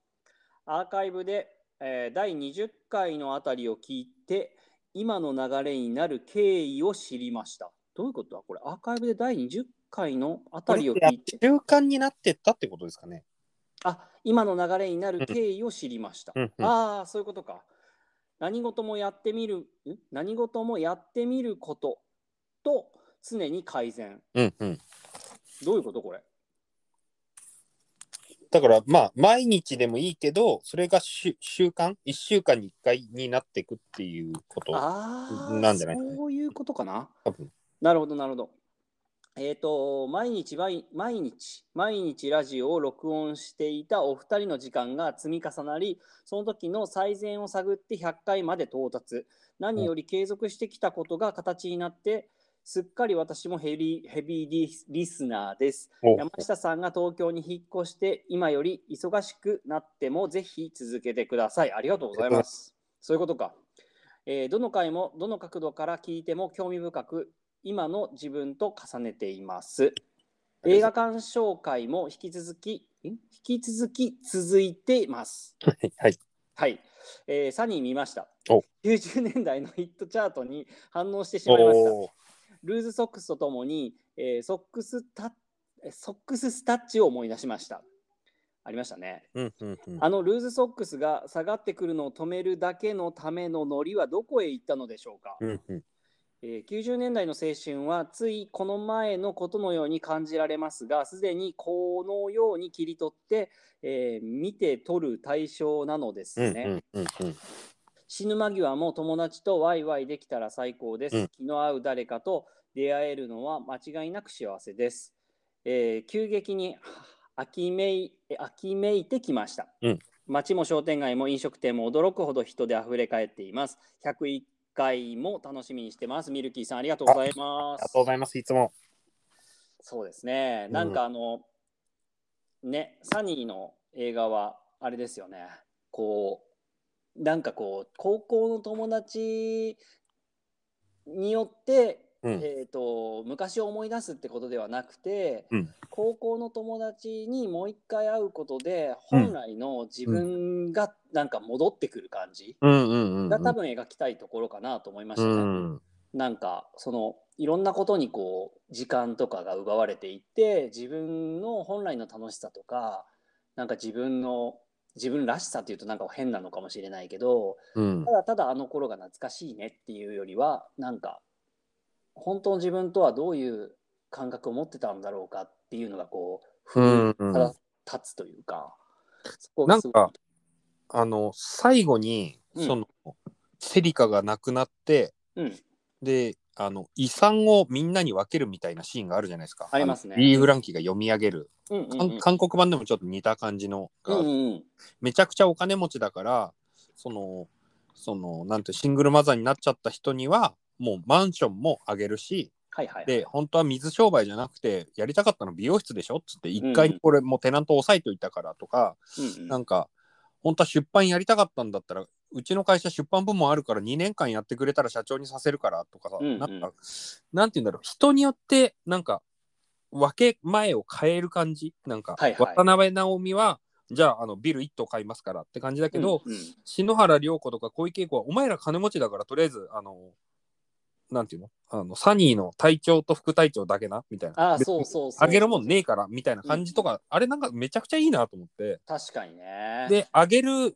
S3: アーカイブで、えー第20回のあたりを聞いて、今の流れになる経緯を知りました。どういうことだこれ、アーカイブで第20回のあたりを聞いて、
S2: 習慣になってったってことですかね。
S3: あ今の流れになる経緯を知りました。
S2: うんうん
S3: ああ、そういうことか。何事もやってみる、ん何事もやってみることと常に改善。
S2: うんうん。
S3: どういうことこれ
S2: だからまあ、毎日でもいいけど、それがし習慣 ?1 週間に1回になっていくっていうこと。
S3: ああ、
S2: なんじゃないですかね
S3: そういうことかな。
S2: 多分
S3: なるほど、なるほど。えっ、と、毎日毎、毎日、毎日ラジオを録音していたお二人の時間が積み重なり、その時の最善を探って100回まで到達。何より継続してきたことが形になって、すっかり私もヘビーヘビーリスリスナーです。
S2: お
S3: 山下さんが東京に引っ越して、今より忙しくなってもぜひ続けてください。ありがとうございます。そういうことか。えーどの回もどの角度から聞いても興味深く、今の自分と重ねています。映画鑑賞会も引き続き、ん引き続き続いています。
S2: はいはい。
S3: はい、えーサニー見ました
S2: お。
S3: 90年代のヒットチャートに反応してしまいました。
S2: おー
S3: ルーズソックスとともに、えーソックスタえーソックススタッチを思い出しました。ありましたね。
S2: うんうんうん。
S3: あのルーズソックスが下がってくるのを止めるだけのためのノリはどこへ行ったのでしょうか、
S2: うんうん。
S3: えー ?90 年代の青春はついこの前のことのように感じられますが、すでにこのように切り取って、えー見て取る対象なのです
S2: う
S3: ね。
S2: んうんうんうん。
S3: 死ぬ間際も友達とワイワイできたら最高です。
S2: うん
S3: 気の合う誰かと出会えるのは間違いなく幸せです。えー急激にはあ秋めいえ秋めいてきました、
S2: うん
S3: 街も商店街も飲食店も驚くほど人であふれ返っています。101回も楽しみにしてます。ミルキーさんありがとうございま
S2: あり
S3: す
S2: が。とうございます、いつも。
S3: そうですね。
S2: うん
S3: なんかあの、ね、サニーの映画は、あれですよね。こう、なんかこう、高校の友達によって、
S2: うん
S3: えっ、と、昔を思い出すってことではなくて、
S2: うん
S3: 高校の友達にもう一回会うことで、
S2: うん
S3: 本来の自分がなんか戻ってくる感じ
S2: うんうんうんうん。
S3: が多分描きたいところかなと思いましたね。
S2: うん。
S3: なんかそのいろんなことにこう時間とかが奪われていって自分の本来の楽しさとかなんか自分の自分らしさっていうとなんか変なのかもしれないけど
S2: うん
S3: た。だただあの頃が懐かしいねっていうよりはなんか本当の自分とはどういう感覚を持ってたんだろうかっていうのがこう
S2: う
S3: ふ
S2: んうん
S3: ただ立つというかそこ
S2: な
S3: が
S2: ん
S3: すごい
S2: か、あの、最後に、
S3: うん
S2: その、セリカが亡くなって、
S3: うん
S2: で、あの、遺産をみんなに分けるみたいなシーンがあるじゃないですか。
S3: ありますね
S2: あのリー・フランキーが読み上げる、
S3: うんうんうん
S2: 韓国版でもちょっと似た感じの
S3: う
S2: が、
S3: んうん
S2: めちゃくちゃお金持ちだから、その、その、なんて、シングルマザーになっちゃった人には、もうマンションもあげるし、
S3: はいはいはい
S2: で、本当は水商売じゃなくて、やりたかったの美容室でしょっつって、一回にこれ、もうテナント押さえといたからとか、
S3: うんうん
S2: なんか、本当は出版やりたかったんだったら、うちの会社出版部門あるから2年間やってくれたら社長にさせるからとかさ、
S3: うんうん
S2: なんか、なんて言うんだろう、人によって、なんか、分け前を変える感じなんか、
S3: はいはい
S2: 渡辺直美は、じゃああのビル1棟買いますからって感じだけど、
S3: うんうん
S2: 篠原涼子とか小池栄子は、お前ら金持ちだから、とりあえず、あの、なんていうのあのサニーの隊長と副隊長だけなみたいな
S3: ああ、そうそうそう。
S2: あげるもんねえからみたいな感じとか、あれなんかめちゃくちゃいいなと思って
S3: 確かにね。
S2: であげる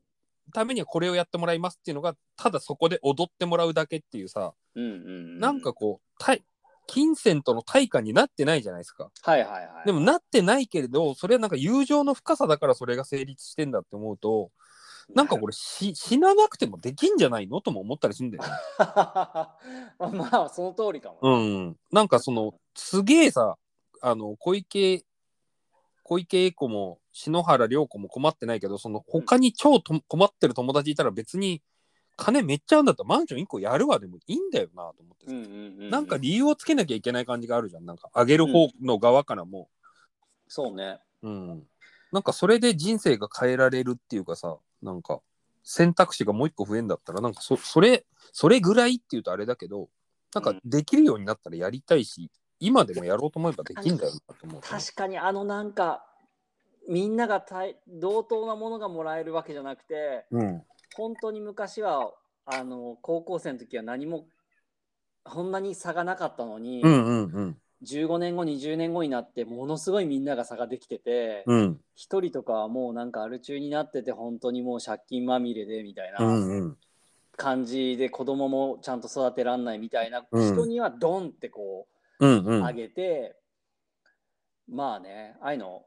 S2: ためにはこれをやってもらいますっていうのがただそこで踊ってもらうだけっていうさ
S3: うんうんうん、
S2: なんかこうたい金銭との対価になってないじゃないですか
S3: はいはいはい。
S2: でもなってないけれどそれはなんか友情の深さだからそれが成立してんだって思うとなんかこれし死ななくてもできんじゃないのとも思ったりするんだよね。
S3: まあその通りかも、
S2: うん、なんかそのすげえさあの小池小池栄子も篠原涼子も困ってないけどその他に超と困ってる友達いたら別に金めっちゃあんだったらマンション1個やるわでもいいんだよなと思ってさ、
S3: うんうんうん、
S2: なんか理由をつけなきゃいけない感じがあるじゃんなんか上げる方の側からも、
S3: そうね
S2: うん、なんかそれで人生が変えられるっていうかさなんか選択肢がもう一個増えんだったらなんかそそれそれぐらいっていうとあれだけど
S3: う
S2: なんか
S3: ん
S2: できるようになったらやりたいし今でもやろうと思えばできんだよなと思うとね、
S3: 確かにあのなんかみんなが対同等なものがもらえるわけじゃなくて
S2: うん
S3: 本当に昔はあの高校生の時は何もこんなに差がなかったのに、
S2: うんうんうん
S3: 15年後20年後になってものすごいみんなが差ができてて
S2: うん
S3: 一、人とかはもうなんかアル中になってて本当にもう借金まみれでみたいな。
S2: うんうん
S3: 感じで子供もちゃんと育てらんないみたいな
S2: うん
S3: 人にはドンってこ
S2: うんう
S3: うん上げて、まあねああいうの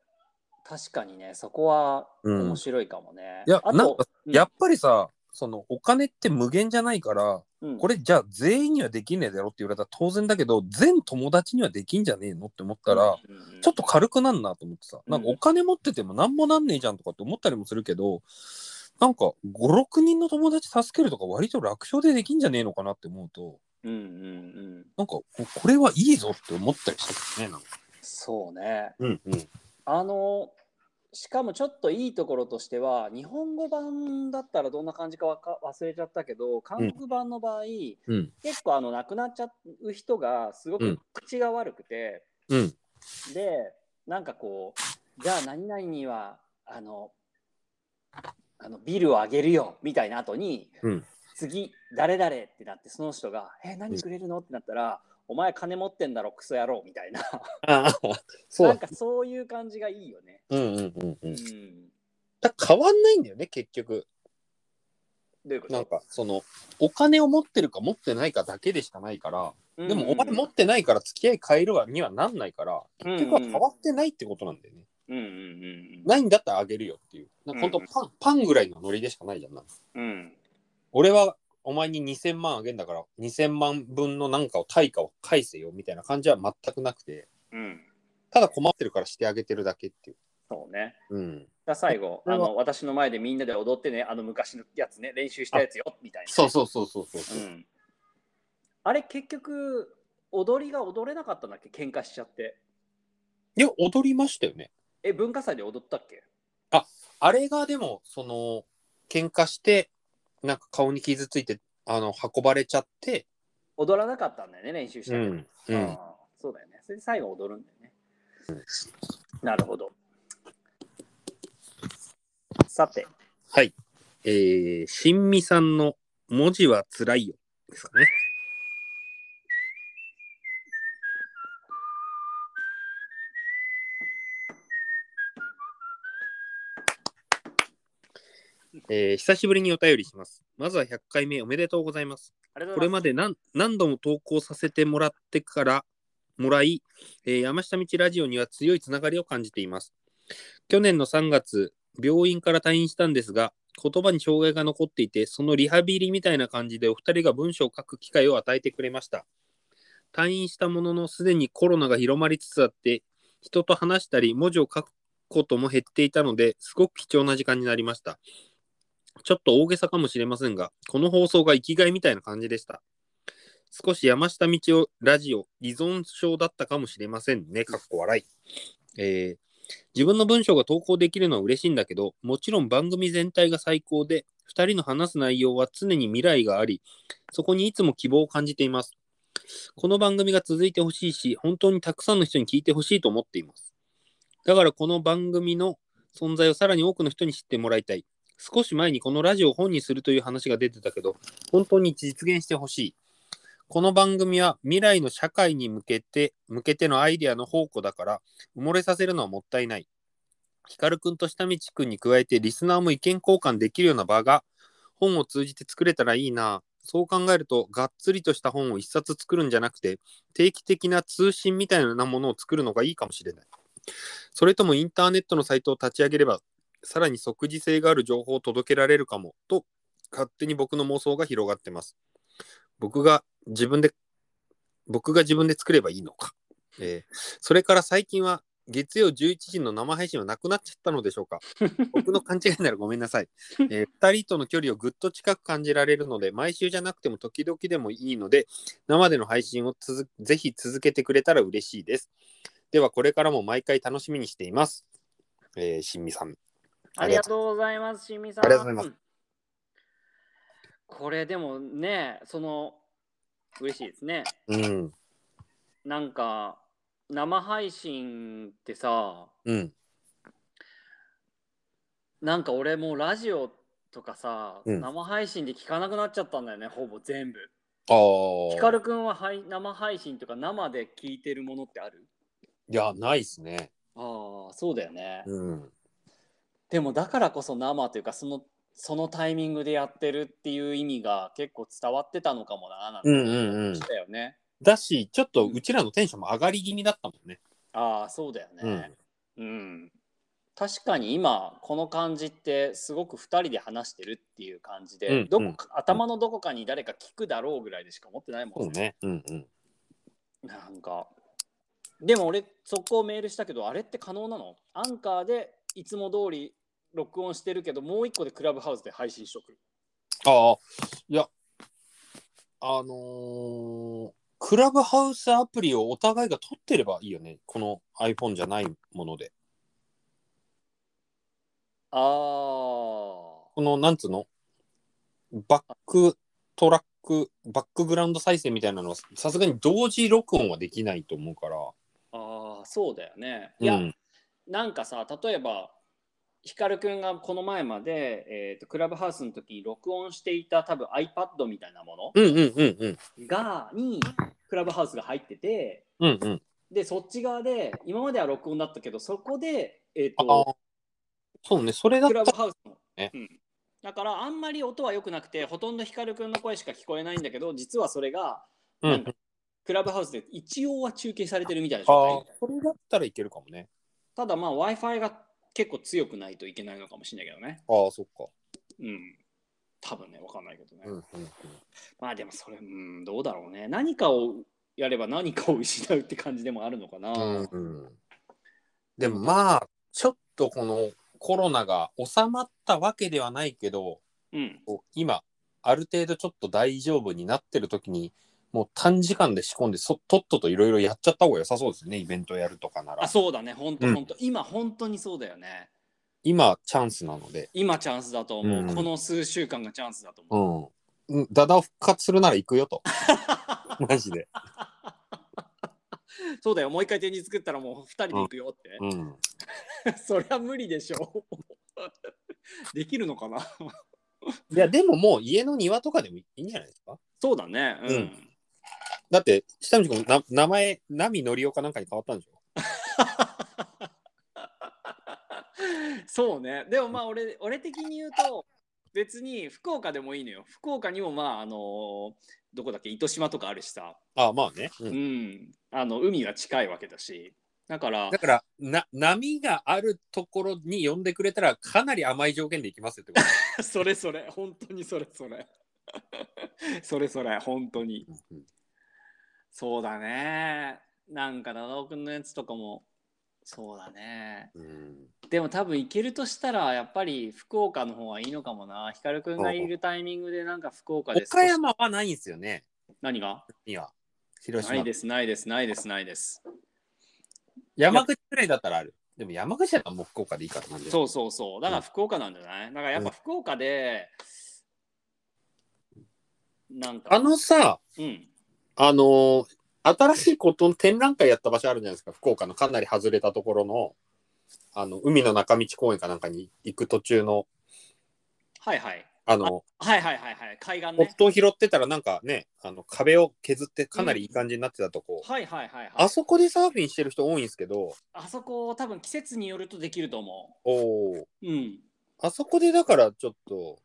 S3: 確かにねそこは
S2: うん
S3: 面白いかもね。
S2: いや
S3: あと
S2: なんか
S3: うん
S2: やっぱりさそのお金って無限じゃないから
S3: うん
S2: これじゃあ全員にはできねえだろって言われたら当然だけど全友達にはできんじゃねえのって思ったら、
S3: うんうんうん
S2: ちょっと軽くなんなと思ってさ、
S3: うん
S2: なんかお金持っててもなんもなんねえじゃんとかって思ったりもするけど、なんか5、6人の友達助けるとか割と楽勝でできんじゃねえのかなって思うと、
S3: うんうんうん
S2: なんかここれはいいぞって思ったりしたけどね、なんか。
S3: そうね
S2: うんうん。
S3: あのしかもちょっといいところとしては日本語版だったらどんな感じかわか忘れちゃったけど韓国版の場合、
S2: うん
S3: 結構あの亡くなっちゃう人がすご
S2: う
S3: く
S2: ん
S3: 口が悪くて。
S2: うん
S3: でなんかこうじゃあ何々にはあのあのビルをあげるよみたいな後に、
S2: うん
S3: 次誰々ってなってその人が「え何くれるの?」ってなったら「お前金持ってんだろクソ野郎」みたいな
S2: ああ、
S3: なん。かそういう感じがいいよね。
S2: うんうんうんう。
S3: うんん、
S2: だ変わんないんだよね、結局。
S3: どういうこ
S2: なん
S3: と
S2: か、その、お金を持ってるか持ってないかだけでしかないから、でもお前持
S3: っ
S2: ってないから付き合い変えるわにはなんないから、結局は変わってないってことなんだよね。
S3: うんうんうん
S2: ないんだったらあげるよっていう。なんか本当
S3: うん
S2: パン、パンぐらいのノリでしかないじゃん。なんか
S3: うんうん
S2: 俺はお前に2000万あげんだから、2000万分のなんかを対価を返せよみたいな感じは全くなくて、
S3: うん
S2: ただ困ってるからしてあげてるだけっていう。
S3: そうね。
S2: うん。
S3: じゃあ最後
S2: こ
S3: あ
S2: れは
S3: の私の前でみんなで踊ってねあの昔のやつね練習したやつよみたいな。
S2: そうそうそうそうそう。
S3: うんあれ結局踊りが踊れなかったんだっけ喧嘩しちゃって
S2: いや、踊りましたよね。
S3: え文化祭で踊ったっけ
S2: あれがでも、その、喧嘩して、なんか顔に傷ついて、あの、運ばれちゃって、
S3: 踊らなかったんだよね練習したけど、
S2: う
S3: あ
S2: ん。
S3: あそうだよねそれで最後踊るんだよね、なるほどさて
S2: はい。えー、新美さんの文字は辛いよ。ですかね。えー久しぶりにお便りします。まずは100回目おめでとうございます。
S3: あれ
S2: これまで何何度も投稿させてもらってからもらい、えー山下道ラジオには強いつながりを感じています。去年の3月、病院から退院したんですが、言葉に障害が残っていて、そのリハビリみたいな感じでお二人が文章を書く機会を与えてくれました。退院したものの、すでにコロナが広まりつつあって、人と話したり、文字を書くことも減っていたので、すごく貴重な時間になりました。ちょっと大げさかもしれませんが、この放送が生きがいみたいな感じでした。少し山下道をラジオ依存症だったかもしれませんね。かっこ笑い。えー自分の文章が投稿できるのは嬉しいんだけど、もちろん番組全体が最高で、2人の話す内容は常に未来があり、そこにいつも希望を感じています。この番組が続いてほしいし、本当にたくさんの人に聞いてほしいと思っています。だからこの番組の存在をさらに多くの人に知ってもらいたい。少し前にこのラジオを本にするという話が出てたけど、本当に実現してほしい。この番組は未来の社会に向けて、向けてのアイデアの宝庫だから、埋もれさせるのはもったいない。ヒカルくんと下道くんに加えて、リスナーも意見交換できるような場が、本を通じて作れたらいいな。そう考えると、がっつりとした本を一冊作るんじゃなくて、定期的な通信みたいなものを作るのがいいかもしれない。それともインターネットのサイトを立ち上げれば、さらに即時性がある情報を届けられるかも、と勝手に僕の妄想が広がってます。僕が自分で、僕が自分で作ればいいのか。えーそれから最近は、月曜11時の生配信はなくなっちゃったのでしょうか僕の勘違いならごめんなさい、え2人との距離をぐっと近く感じられるので毎週じゃなくても時々でもいいので生での配信をつづぜひ続けてくれたら嬉しいですではこれからも毎回楽しみにしています。えー、しんみさん。
S3: ありがとうございます、しみさん。
S2: ありがとうござい
S3: ます。これでもね、その、嬉しいですね。
S2: うん。
S3: なんか、生配信ってさ、
S2: うん。
S3: なんか俺もうラジオとかさ、
S2: うん
S3: 生配信で聞かなくなっちゃったんだよね、ほぼ全部。
S2: あ
S3: ヒ
S2: あ
S3: カ。ルくんははい生配信とか生で聞いてるものってある
S2: いや、ないっすね。
S3: ああ、そうだよね。
S2: うん。
S3: でもだからこそ生というか、その、そのタイミングでやってるっていう意味が結構伝わってたのかもな、なんて
S2: うん
S3: 思
S2: うんうん
S3: っ。たよね。
S2: だし、ちょっとうちらのテンションも上がり気味だったもんね。
S3: ああ、そうだよね。うん。確かに今この感じってすごく2人で話してるっていう感じで、
S2: うん
S3: どこか頭のどこかに誰か聞くだろうぐらいでしか思ってないも
S2: そ
S3: ん
S2: うね。うんうん。
S3: なんかでも俺そこメールしたけどあれって可能なのアンカーでいつも通り録音してるけどもう一個でクラブハウスで配信しとく
S2: ああ。いや、あのークラブハウスアプリをお互いが取ってればいいよね。この iPhone じゃないもので。
S3: あー
S2: この、なんつうのバックトラック、バックグラウンド再生みたいなのは、さすがに同時録音はできないと思うから。
S3: あーそうだよねいや、
S2: うん
S3: なんかさ例えばヒカルくんがこの前まで、えー、とクラブハウスの時に録音していた多分 iPad みたいなも
S2: うんうんうんうん。
S3: のがにクラブハウスが入ってて
S2: うんうん。
S3: でそっち側で今までは録音だったけどそこで、えー、
S2: あ
S3: と
S2: あ。そうね、それだっ
S3: ク
S2: た
S3: ラ
S2: ら
S3: ブハウスの、
S2: ね
S3: うん、だからあんまり音は良くなくてほとんど光くんの声しか聞こえないんだけど実はそれが
S2: う
S3: なん
S2: ん
S3: か、クラブハウスで一応は中継されてるみたいな
S2: あ
S3: 状
S2: あ
S3: 態、
S2: それだったらいけるかもね。
S3: ただまあ w i f i が結構強くないといけないのかもしれないけどね
S2: ああ、そっか。
S3: うん多分ね分かんないけどね、
S2: うんうんうん。
S3: まあでもそれうんどうだろうね何かをやれば何かを失うって感じでもあるのかな、
S2: うんうん、でもまあ、ちょっとこのコロナが収まったわけではないけど、
S3: うん
S2: こう今、ある程度ちょっと大丈夫になってる時に、もう短時間で仕込んで、そとっとといろいろやっちゃった方が良さそうですね、イベントやるとかな
S3: あ
S2: ら。
S3: そうだね本当
S2: うん
S3: 本当、今本当にそうだよね
S2: 今、チャンスなので。
S3: 今チャンスだと思う、
S2: うん
S3: この数週間がチャンスだと思う、
S2: うん。うんダダを復活するなら行くよ と。マジで。
S3: そうだよ、もう一回展示作ったらもう二人で行くよって。
S2: うん。
S3: そりゃ無理でしょ。 できるのかない
S2: や、でももう家の庭とかでもいいんじゃないですか
S3: そうだね。うん。
S2: うだって、下道君、な名前、波のりおかなんかに変わったんでしょ
S3: そうね。でもまあ俺、俺的に言うと、別に福岡でもいいのよ。福岡にもまあ、あのどこだっけ、糸島とかあるしさ。
S2: ああ、まあね。う
S3: うんん。あの、海が近いわけだし。だ から
S2: だ、からな、波があるところに呼んでくれたら、かなり甘い条件で行きますよってこ
S3: それそれ、本当にそれそれ。 それそれ、本当に。
S2: と。うん
S3: そうだね。なんか長尾くんのやつとかもそうだね。
S2: うん
S3: でも多分行けるとしたらやっぱり福岡の方がいいのかもな。ヒカルくんがいるタイミングでなんか福岡で少し
S2: 岡山はないんですよね、
S3: 何が
S2: いや。広
S3: ない
S2: 島
S3: で。すないですないですないです。
S2: 山口くらいだったらある。でも山口だったらもう福岡でいいからなんで。
S3: そうそうそう。だから福岡なんじゃないだからやっぱ福岡で、なんか
S2: あのさ、
S3: うん。
S2: あのー新しいことの展覧会やった場所あるじゃないですか、福岡のかなり外れたところの、あの、海の中道公園かなんかに行く途中の、
S3: はいはい。
S2: あの、
S3: はいはいはいはい海岸ね
S2: 夫を拾ってたらなんかね、あの壁を削ってかなりいい感じになってたとこ、
S3: はいはいはいはい
S2: あそこでサーフィンしてる人多いんですけど、
S3: あそこ多分季節によるとできると思
S2: おー
S3: ううん
S2: あそこでだからちょっと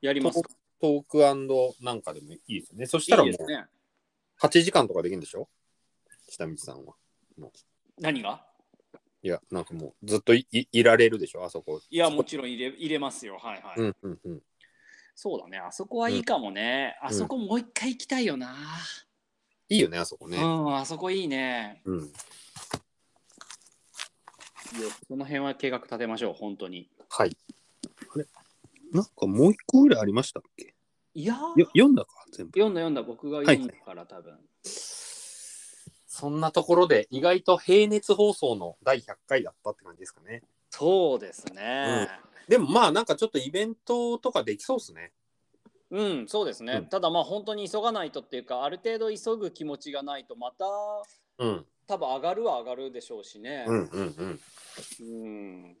S3: やりますか
S2: トークなんかでもいいですよね。そしたら
S3: い
S2: も
S3: いうですね
S2: 8時間とかできるんでしょ下道さんは。
S3: 何が
S2: いや、なんかもうずっといいいられるでしょあそこ。
S3: いやもちろん入れ入れますよはいはい、
S2: うんうんうん。
S3: そうだねあそこはいいかもね、あそこもう一回行きたいよな、
S2: いいよね、あそこ
S3: う
S2: ね。
S3: んあそこいいね
S2: うん。
S3: いいよその辺は計画立てましょう本当に
S2: はい。あれなんかもう一個ぐらいありましたっけ
S3: いやー
S2: よ読んだか全部。
S3: 読んだ読んだ僕が読んだから、多分
S2: そんなところで意外と平熱放送の第100回だったって感じですかね。
S3: そうですね、
S2: でもまあなんかちょっとイベントとかできそうですね。
S3: うん、そうですね、
S2: うん
S3: ただまあ本当に急がないとっていうかある程度急ぐ気持ちがないとまた
S2: うん。
S3: 多分上がるは上がるでしょうしね
S2: うんうんうん。
S3: うん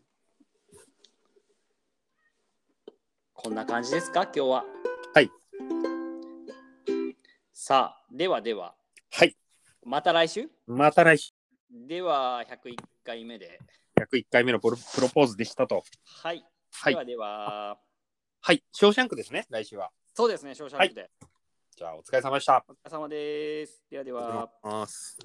S3: こんな感じですか今日は
S2: はい
S3: さあではでは
S2: はい。
S3: また来週
S2: また来週
S3: では101回目で
S2: 101回目のプロプロポーズでしたと。
S3: はい、
S2: はい
S3: ではでは
S2: はい。ショーシャンクですね、来週は。
S3: そうですね照射力で、
S2: じゃあお疲れ様でした。
S3: お疲れ様ですではでは
S2: ありがとうございます